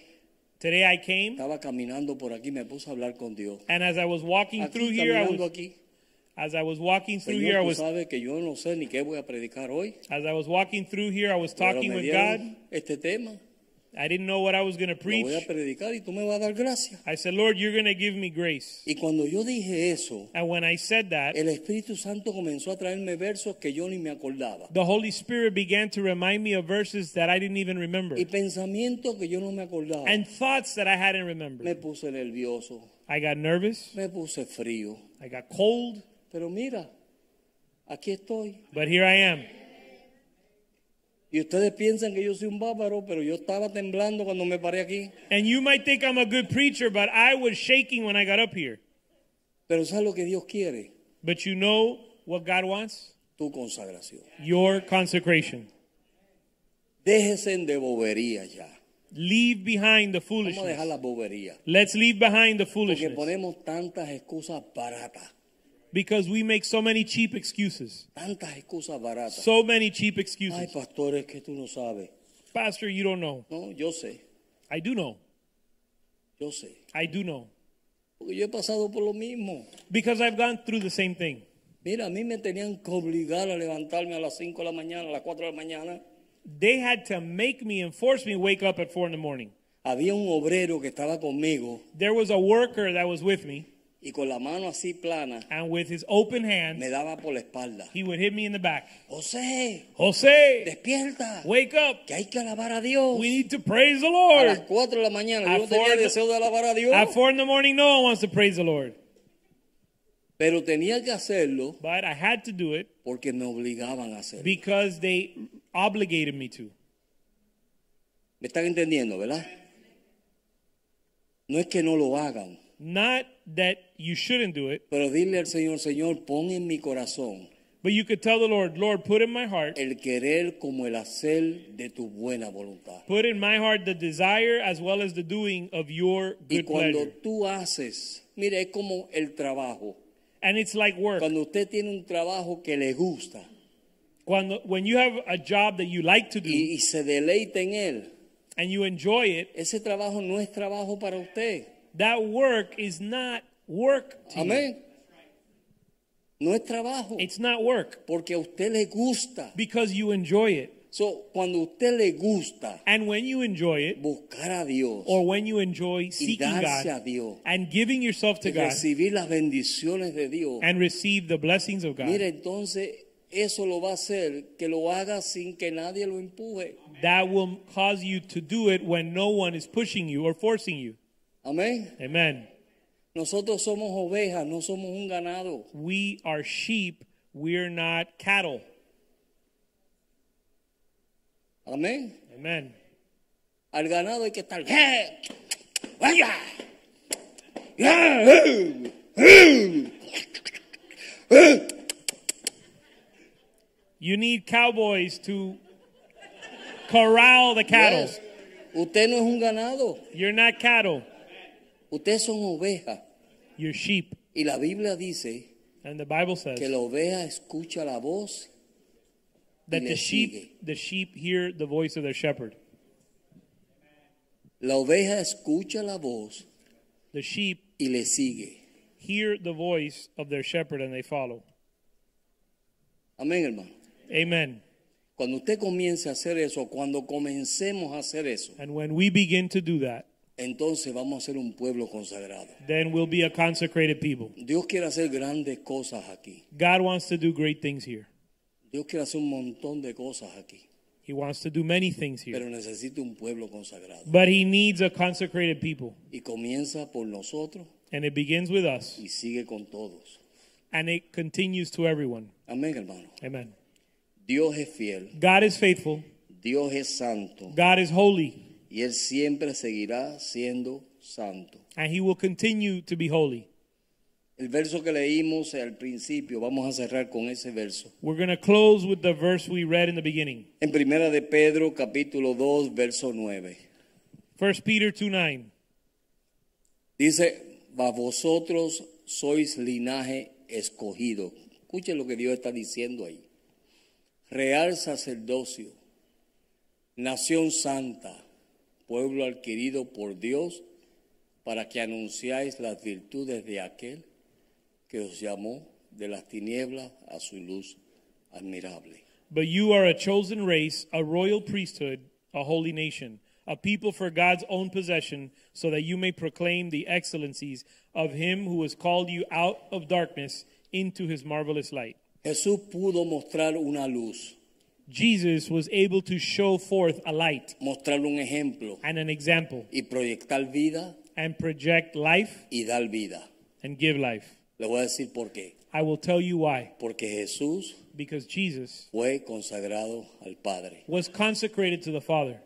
C: today I came,
B: estaba caminando por aquí, me puse a hablar con Dios.
C: and as I was walking
B: Aquí,
C: through here, I
B: caminando
C: was
B: aquí.
C: as I was walking through here,
B: Señor,
C: I
B: tú
C: was
B: sabes que yo no sé ni qué voy a predicar hoy,
C: as I was walking through here, I was
B: pero
C: talking
B: me
C: with God.
B: dieron este tema.
C: I didn't know what I was going to
B: Lo voy a
C: preach.
B: predicar y tú me vas a dar gracia.
C: I said, Lord, you're going to give me grace.
B: Y cuando yo dije eso,
C: And when I said that,
B: el Espíritu Santo comenzó a traerme versos que yo ni me acordaba
C: the Holy Spirit began to remind me of verses that I didn't even remember
B: y pensamientos que yo no me acordaba.
C: and thoughts that I hadn't remembered.
B: Me puse nervioso,
C: I got nervous.
B: me puse frío.
C: I got cold.
B: Pero mira, aquí estoy.
C: But here I am.
B: Y ustedes piensan que yo soy un bávaro, pero yo estaba temblando cuando me paré aquí.
C: And you might think I'm a good preacher, but I was shaking when I got up here.
B: Pero ¿sabes lo que Dios quiere?
C: But you know what God wants?
B: Tu consagración.
C: Your consecration.
B: Déjese de bobería ya.
C: Leave behind the
B: Vamos a dejar
C: foolishness.
B: la bobería.
C: Let's leave behind the
B: Porque
C: foolishness.
B: ponemos tantas excusas baratas.
C: Because we make so many cheap excuses.
B: Tantas excusas baratas.
C: So many cheap
B: Ay,
C: excuses.
B: pastores, que tú no sabes.
C: Pastor, you don't know.
B: No, yo sé,
C: I do know.
B: yo sé.
C: I do know.
B: Porque yo he pasado por lo mismo.
C: Because I've gone through the same thing.
B: Mira, a mí me tenían que obligar a levantarme a las 5 de la mañana, a las 4 de la mañana.
C: They had to make me and force me wake up at four in the morning.
B: Había un obrero que estaba conmigo
C: There was a worker that was with me,
B: y con la mano así plana
C: and with his open
B: me
C: hand,
B: daba por la espalda.
C: he would hit me in the back.
B: José,
C: Jose,
B: despierta,
C: wake up.
B: que hay que alabar a Dios.
C: We need to praise the
B: A las
C: Lord.
B: 4 de la mañana, yo
C: At
B: no tenía
C: four in the-
B: deseo de alabar a Dios,
C: At four in the morning, no one wants to praise the Lord.
B: pero tenía que hacerlo
C: But I had to do it
B: porque me obligaban a hacerlo.
C: because they obligated me to.
B: ¿Me están entendiendo, verdad? No es que no lo hagan,
C: Not that you shouldn't do it,
B: pero dile al Señor, Señor, pon en mi corazón
C: but you could tell the Lord, Lord, put in my heart,
B: el querer como el hacer de tu buena voluntad.
C: put in my heart the desire as well as the doing of your
B: Y
C: good
B: cuando
C: pleasure.
B: tú haces, mire, es como el trabajo.
C: And it's like work.
B: Cuando usted tiene un trabajo que le gusta
C: Cuando, when you have a job that you like to do
B: y, y se deleita en él,
C: and you enjoy it,
B: ese trabajo no es trabajo para usted.
C: that work is not work to you.
B: Amén. No es trabajo.
C: It's not work
B: Porque a usted le gusta.
C: because you enjoy it.
B: So, cuando a usted le gusta
C: And when you enjoy it,
B: buscar a Dios
C: or when you enjoy
B: y
C: seeking
B: darse a
C: God
B: Dios
C: and giving yourself to
B: y
C: God
B: recibir las bendiciones de Dios,
C: and receive the blessings of
B: mire,
C: God,
B: entonces eso lo va a hacer que lo haga sin que nadie lo empuje.
C: that will cause you to do it when no one is pushing you or forcing you.
B: Amén.
C: Amen.
B: Nosotros somos ovejas, no somos un ganado.
C: We are sheep, we're not cattle.
B: Amén.
C: Amen.
B: Al ganado hay que estar. ¡Eh! ¡Vaya! ¡Ya! ¡Eh! ¡Eh! ¡Eh!
C: You need cowboys to corral the cattle.
B: Yes. Usted no es un ganado,
C: You're not cattle,
B: ustedes son ovejas.
C: you're sheep.
B: Y la Biblia dice
C: And the Bible says
B: que la oveja escucha la voz
C: that
B: le
C: the
B: sigue.
C: sheep the sheep hear the voice of their shepherd.
B: La oveja escucha la voz
C: The sheep
B: y le sigue.
C: hear the voice of their shepherd and they follow.
B: Amén, hermano.
C: Amen.
B: Cuando usted comience a hacer eso, cuando comencemos a hacer eso,
C: And when we begin to do that,
B: entonces vamos a ser un pueblo consagrado.
C: then we'll be a consecrated people.
B: Dios quiere hacer grandes cosas aquí.
C: God wants to do great things here.
B: Dios quiere hacer un montón de cosas aquí.
C: He wants to do many things here.
B: Pero necesita un pueblo consagrado.
C: But he needs a consecrated people.
B: Y comienza por nosotros
C: And it begins with us
B: y sigue con todos.
C: and it continues to everyone.
B: Amén, hermano.
C: Amen.
B: Dios es fiel,
C: God is faithful.
B: Dios es santo
C: God is holy.
B: y Él siempre seguirá siendo santo.
C: And he will continue to be holy.
B: El verso que leímos al principio, vamos a cerrar con ese verso.
C: We're going to close with the verse we read in the beginning.
B: En primera de Pedro, capítulo 2, verso 9.
C: 1 Peter 2 9.
B: Dice, "Mas vosotros sois linaje escogido. Escuchen lo que Dios está diciendo ahí. Real sacerdocio, nación santa, pueblo adquirido por Dios para que anunciáis las virtudes de aquel que os llamó de las tinieblas a su luz admirable.
C: But you are a chosen race, a royal priesthood, a holy nation, a people for God's own possession, so that you may proclaim the excellencies of him who has called you out of darkness into his marvelous light.
B: Jesús pudo mostrar una luz,
C: Jesus was able to show forth a light
B: mostrar un ejemplo
C: and an example
B: y proyectar vida
C: and project life
B: y dar vida.
C: and give life.
B: Le voy a decir por qué.
C: I will tell you why.
B: Porque Jesús
C: Because Jesus
B: fue consagrado al Padre.
C: was consecrated to the Father.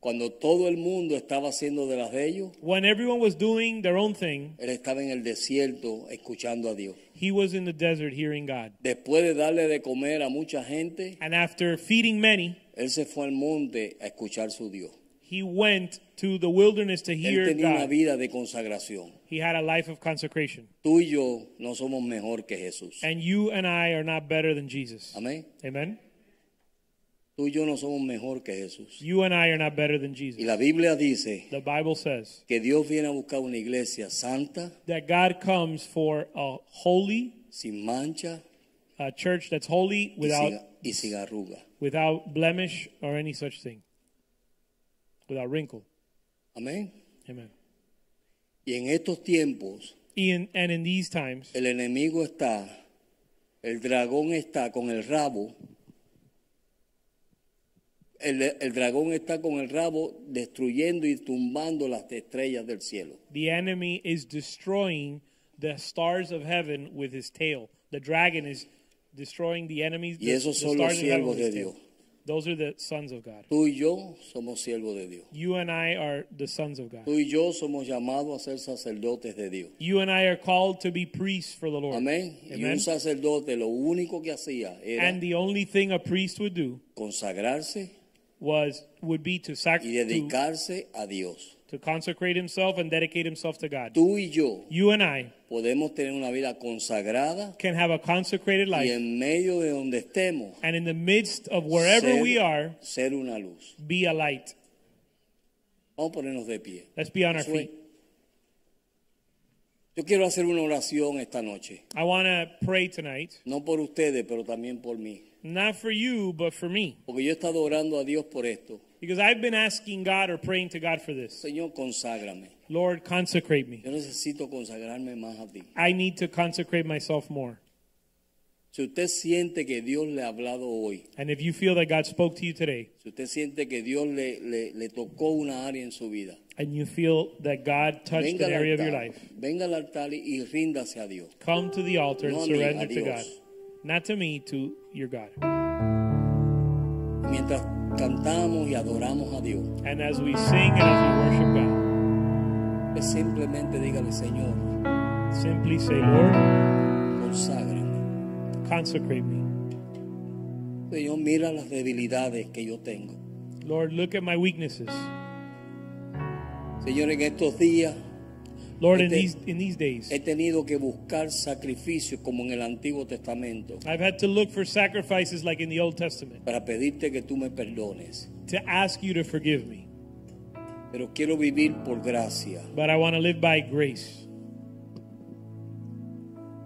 B: Cuando todo el mundo estaba haciendo de las de ellos,
C: When everyone was doing their own thing,
B: él estaba en el desierto escuchando a Dios.
C: he was in the desert hearing God.
B: Después de darle de comer a mucha gente,
C: And after feeding many,
B: él se fue al monte a escuchar su Dios.
C: he went to the wilderness to
B: Él
C: hear
B: tenía una
C: God.
B: vida de consagración.
C: He had a life of consecration.
B: Tú y yo no somos mejor que Jesús.
C: And you and I are not better than Jesus.
B: Amén.
C: Amen?
B: Tú y yo no somos mejor que Jesús.
C: You and I are not better than
B: Y
C: Jesus.
B: la Biblia dice
C: The Bible says
B: que Dios viene a buscar una iglesia santa,
C: that God comes for a holy
B: sin mancha
C: a church that's holy
B: y
C: without
B: sin- y sin arruga.
C: without blemish or any such thing. Without wrinkle.
B: Amén.
C: Amen.
B: Y en estos tiempos
C: Ian, and in these times,
B: el enemigo está, el dragón está con el rabo, el, el dragón está con el rabo destruyendo y tumbando las estrellas del cielo.
C: the enemy is destroying the stars of heaven with his tail. The dragon is destroying the enemies.
B: Y
C: the,
B: esos
C: the
B: son los
C: stars of heaven
B: siervos
C: with his
B: de
C: tail.
B: Dios.
C: Those are the sons of God.
B: Tú y yo somos siervos de Dios.
C: You and I are the sons of God.
B: Tú y yo somos llamados a ser sacerdotes de Dios.
C: You and I are called to be priests for the Lord.
B: Amén. Y
C: Amen.
B: un sacerdote lo único que hacía era
C: And the only thing a priest would do
B: consagrarse
C: was would be to
B: y
C: sacrifice to,
B: dedicarse a Dios.
C: to consecrate himself and dedicate himself to God.
B: Tú y yo
C: You and I
B: podemos tener una vida consagrada
C: can have a consecrated
B: y
C: life
B: en medio de donde estemos
C: and in the midst of wherever
B: ser,
C: we are
B: ser una luz.
C: be a light.
B: Vamos a ponernos de pie.
C: Let's be on our
B: Eso es.
C: feet.
B: Yo quiero hacer una oración esta noche,
C: I want to pray tonight,
B: no por ustedes, pero también por mí,
C: not for you, but for me,
B: porque yo he estado orando a Dios por esto.
C: because I've been asking God or praying to God for this.
B: Señor, conságrame.
C: Lord, consecrate me.
B: Yo necesito consagrarme más a ti.
C: I need to consecrate myself more.
B: Si usted siente que Dios le ha hablado hoy,
C: And if you feel that God spoke to you today
B: si usted siente que Dios le, le- le tocó una área en su vida,
C: and you feel that God touched
B: venga
C: an
B: al,
C: area of your
B: altar,
C: life,
B: venga al altar y ríndase a Dios.
C: come to the altar and
B: No a mí,
C: surrender
B: a
C: to God.
B: Dios.
C: Not to me, to your God.
B: Mientras cantamos y adoramos a Dios,
C: And as we sing and as we worship
B: usted simplemente dígale, Señor,
C: God, simply say, Lord,
B: conságrame.
C: consecrate me.
B: Señor, mira las debilidades que yo tengo.
C: Lord, look at my weaknesses.
B: Señor, en estos días
C: Lord, in
B: Este-
C: these in these days,
B: he tenido que buscar sacrificios como en el Antiguo Testamento
C: I've had to look for sacrifices like in the Old Testament
B: para pedirte que tú me perdones.
C: to ask you to forgive me.
B: Pero quiero vivir por gracia
C: But I want to live by grace.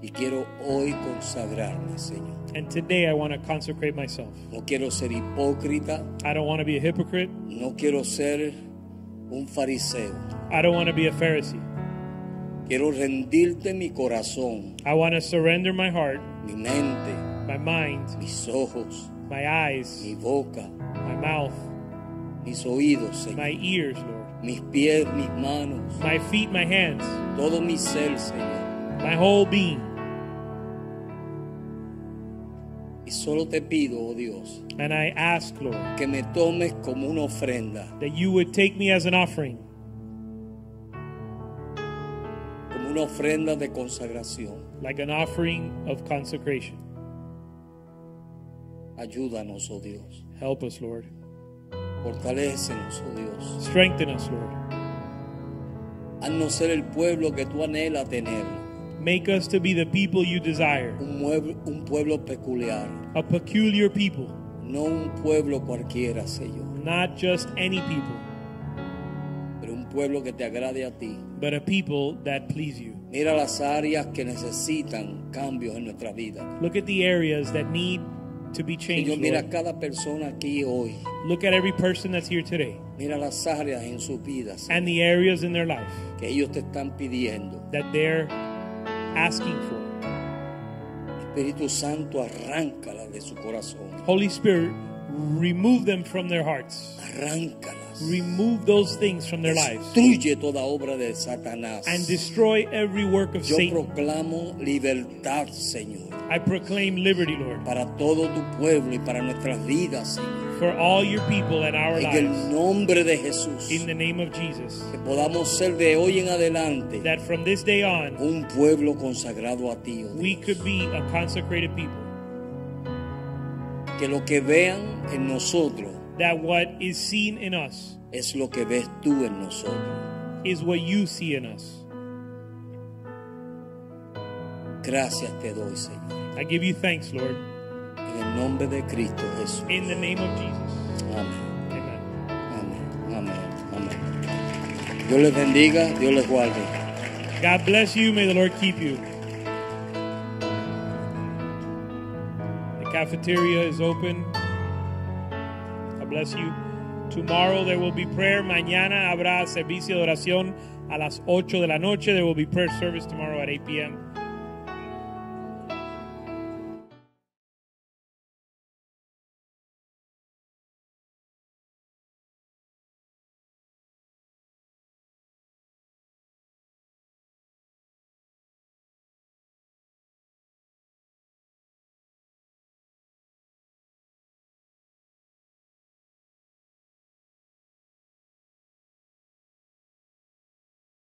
B: y quiero hoy consagrarme, Señor.
C: And today I want to consecrate myself.
B: No quiero ser hipócrita,
C: I don't want to be a hypocrite.
B: no quiero ser un fariseo.
C: I don't want to be a Pharisee.
B: Quiero rendirte mi corazón,
C: I want to surrender my heart,
B: mi mente,
C: my mind,
B: mis ojos,
C: my eyes,
B: mi boca,
C: my mouth,
B: mis oídos, Señor,
C: my ears, Lord.
B: mis pies, mis manos,
C: My feet, my hands,
B: todo mi ser, Señor.
C: my whole being.
B: Y solo te pido, oh Dios,
C: And I ask, Lord,
B: que me tomes como una ofrenda,
C: that you would take me as an offering,
B: como una ofrenda de consagración.
C: like an offering of consecration.
B: Ayúdanos, oh Dios.
C: Help us, Lord.
B: Fortalécenos, oh Dios.
C: Strengthen us, Lord.
B: Haznos ser el pueblo que tú anhelas tener.
C: Make us to be the people you desire,
B: un, mueble- un pueblo peculiar,
C: a peculiar people,
B: no un pueblo cualquiera, Señor,
C: not just any people,
B: pero un pueblo que te agrade a ti.
C: but a people that please you.
B: Mira las áreas que necesitan cambios en nuestra vida.
C: Look at the areas that need to be changed.
B: Señor, mira
C: Lord.
B: cada persona aquí hoy.
C: Look at every person that's here today
B: Mira las áreas en sus vidas
C: and the areas in their life
B: que ellos te están pidiendo.
C: that they're asking for.
B: Espíritu Santo, arráncala de su corazón.
C: Holy Spirit, remove them from their hearts.
B: Arráncalas.
C: Remove those things from their lives
B: Destruye toda obra de Satanás.
C: and destroy every work of
B: Yo
C: Satan.
B: proclamo libertad, Señor,
C: I proclaim liberty, Lord,
B: para todo tu pueblo y para nuestras vidas, Señor.
C: for all your people and our
B: En el
C: lives.
B: nombre de Jesús,
C: In the name of Jesus,
B: que podamos ser de hoy en adelante
C: that from this day on,
B: un pueblo consagrado a ti. oh
C: we
B: Dios.
C: could be a consecrated people.
B: Que lo que vean en nosotros
C: That what is seen in us
B: es lo que ves tú en nosotros.
C: is what you see in us.
B: Gracias te doy, Señor.
C: I give you thanks, Lord,
B: En el nombre de Cristo Jesús.
C: in the name of Jesus.
B: Amén.
C: Amen.
B: Amén. Amén. Amén. Dios les bendiga, Dios les guarde.
C: God bless you. May the Lord keep you. The cafeteria is open. God bless you. Tomorrow there will be prayer. Mañana habrá servicio de oración a las 8 de la noche. There will be prayer service tomorrow at 8 p.m.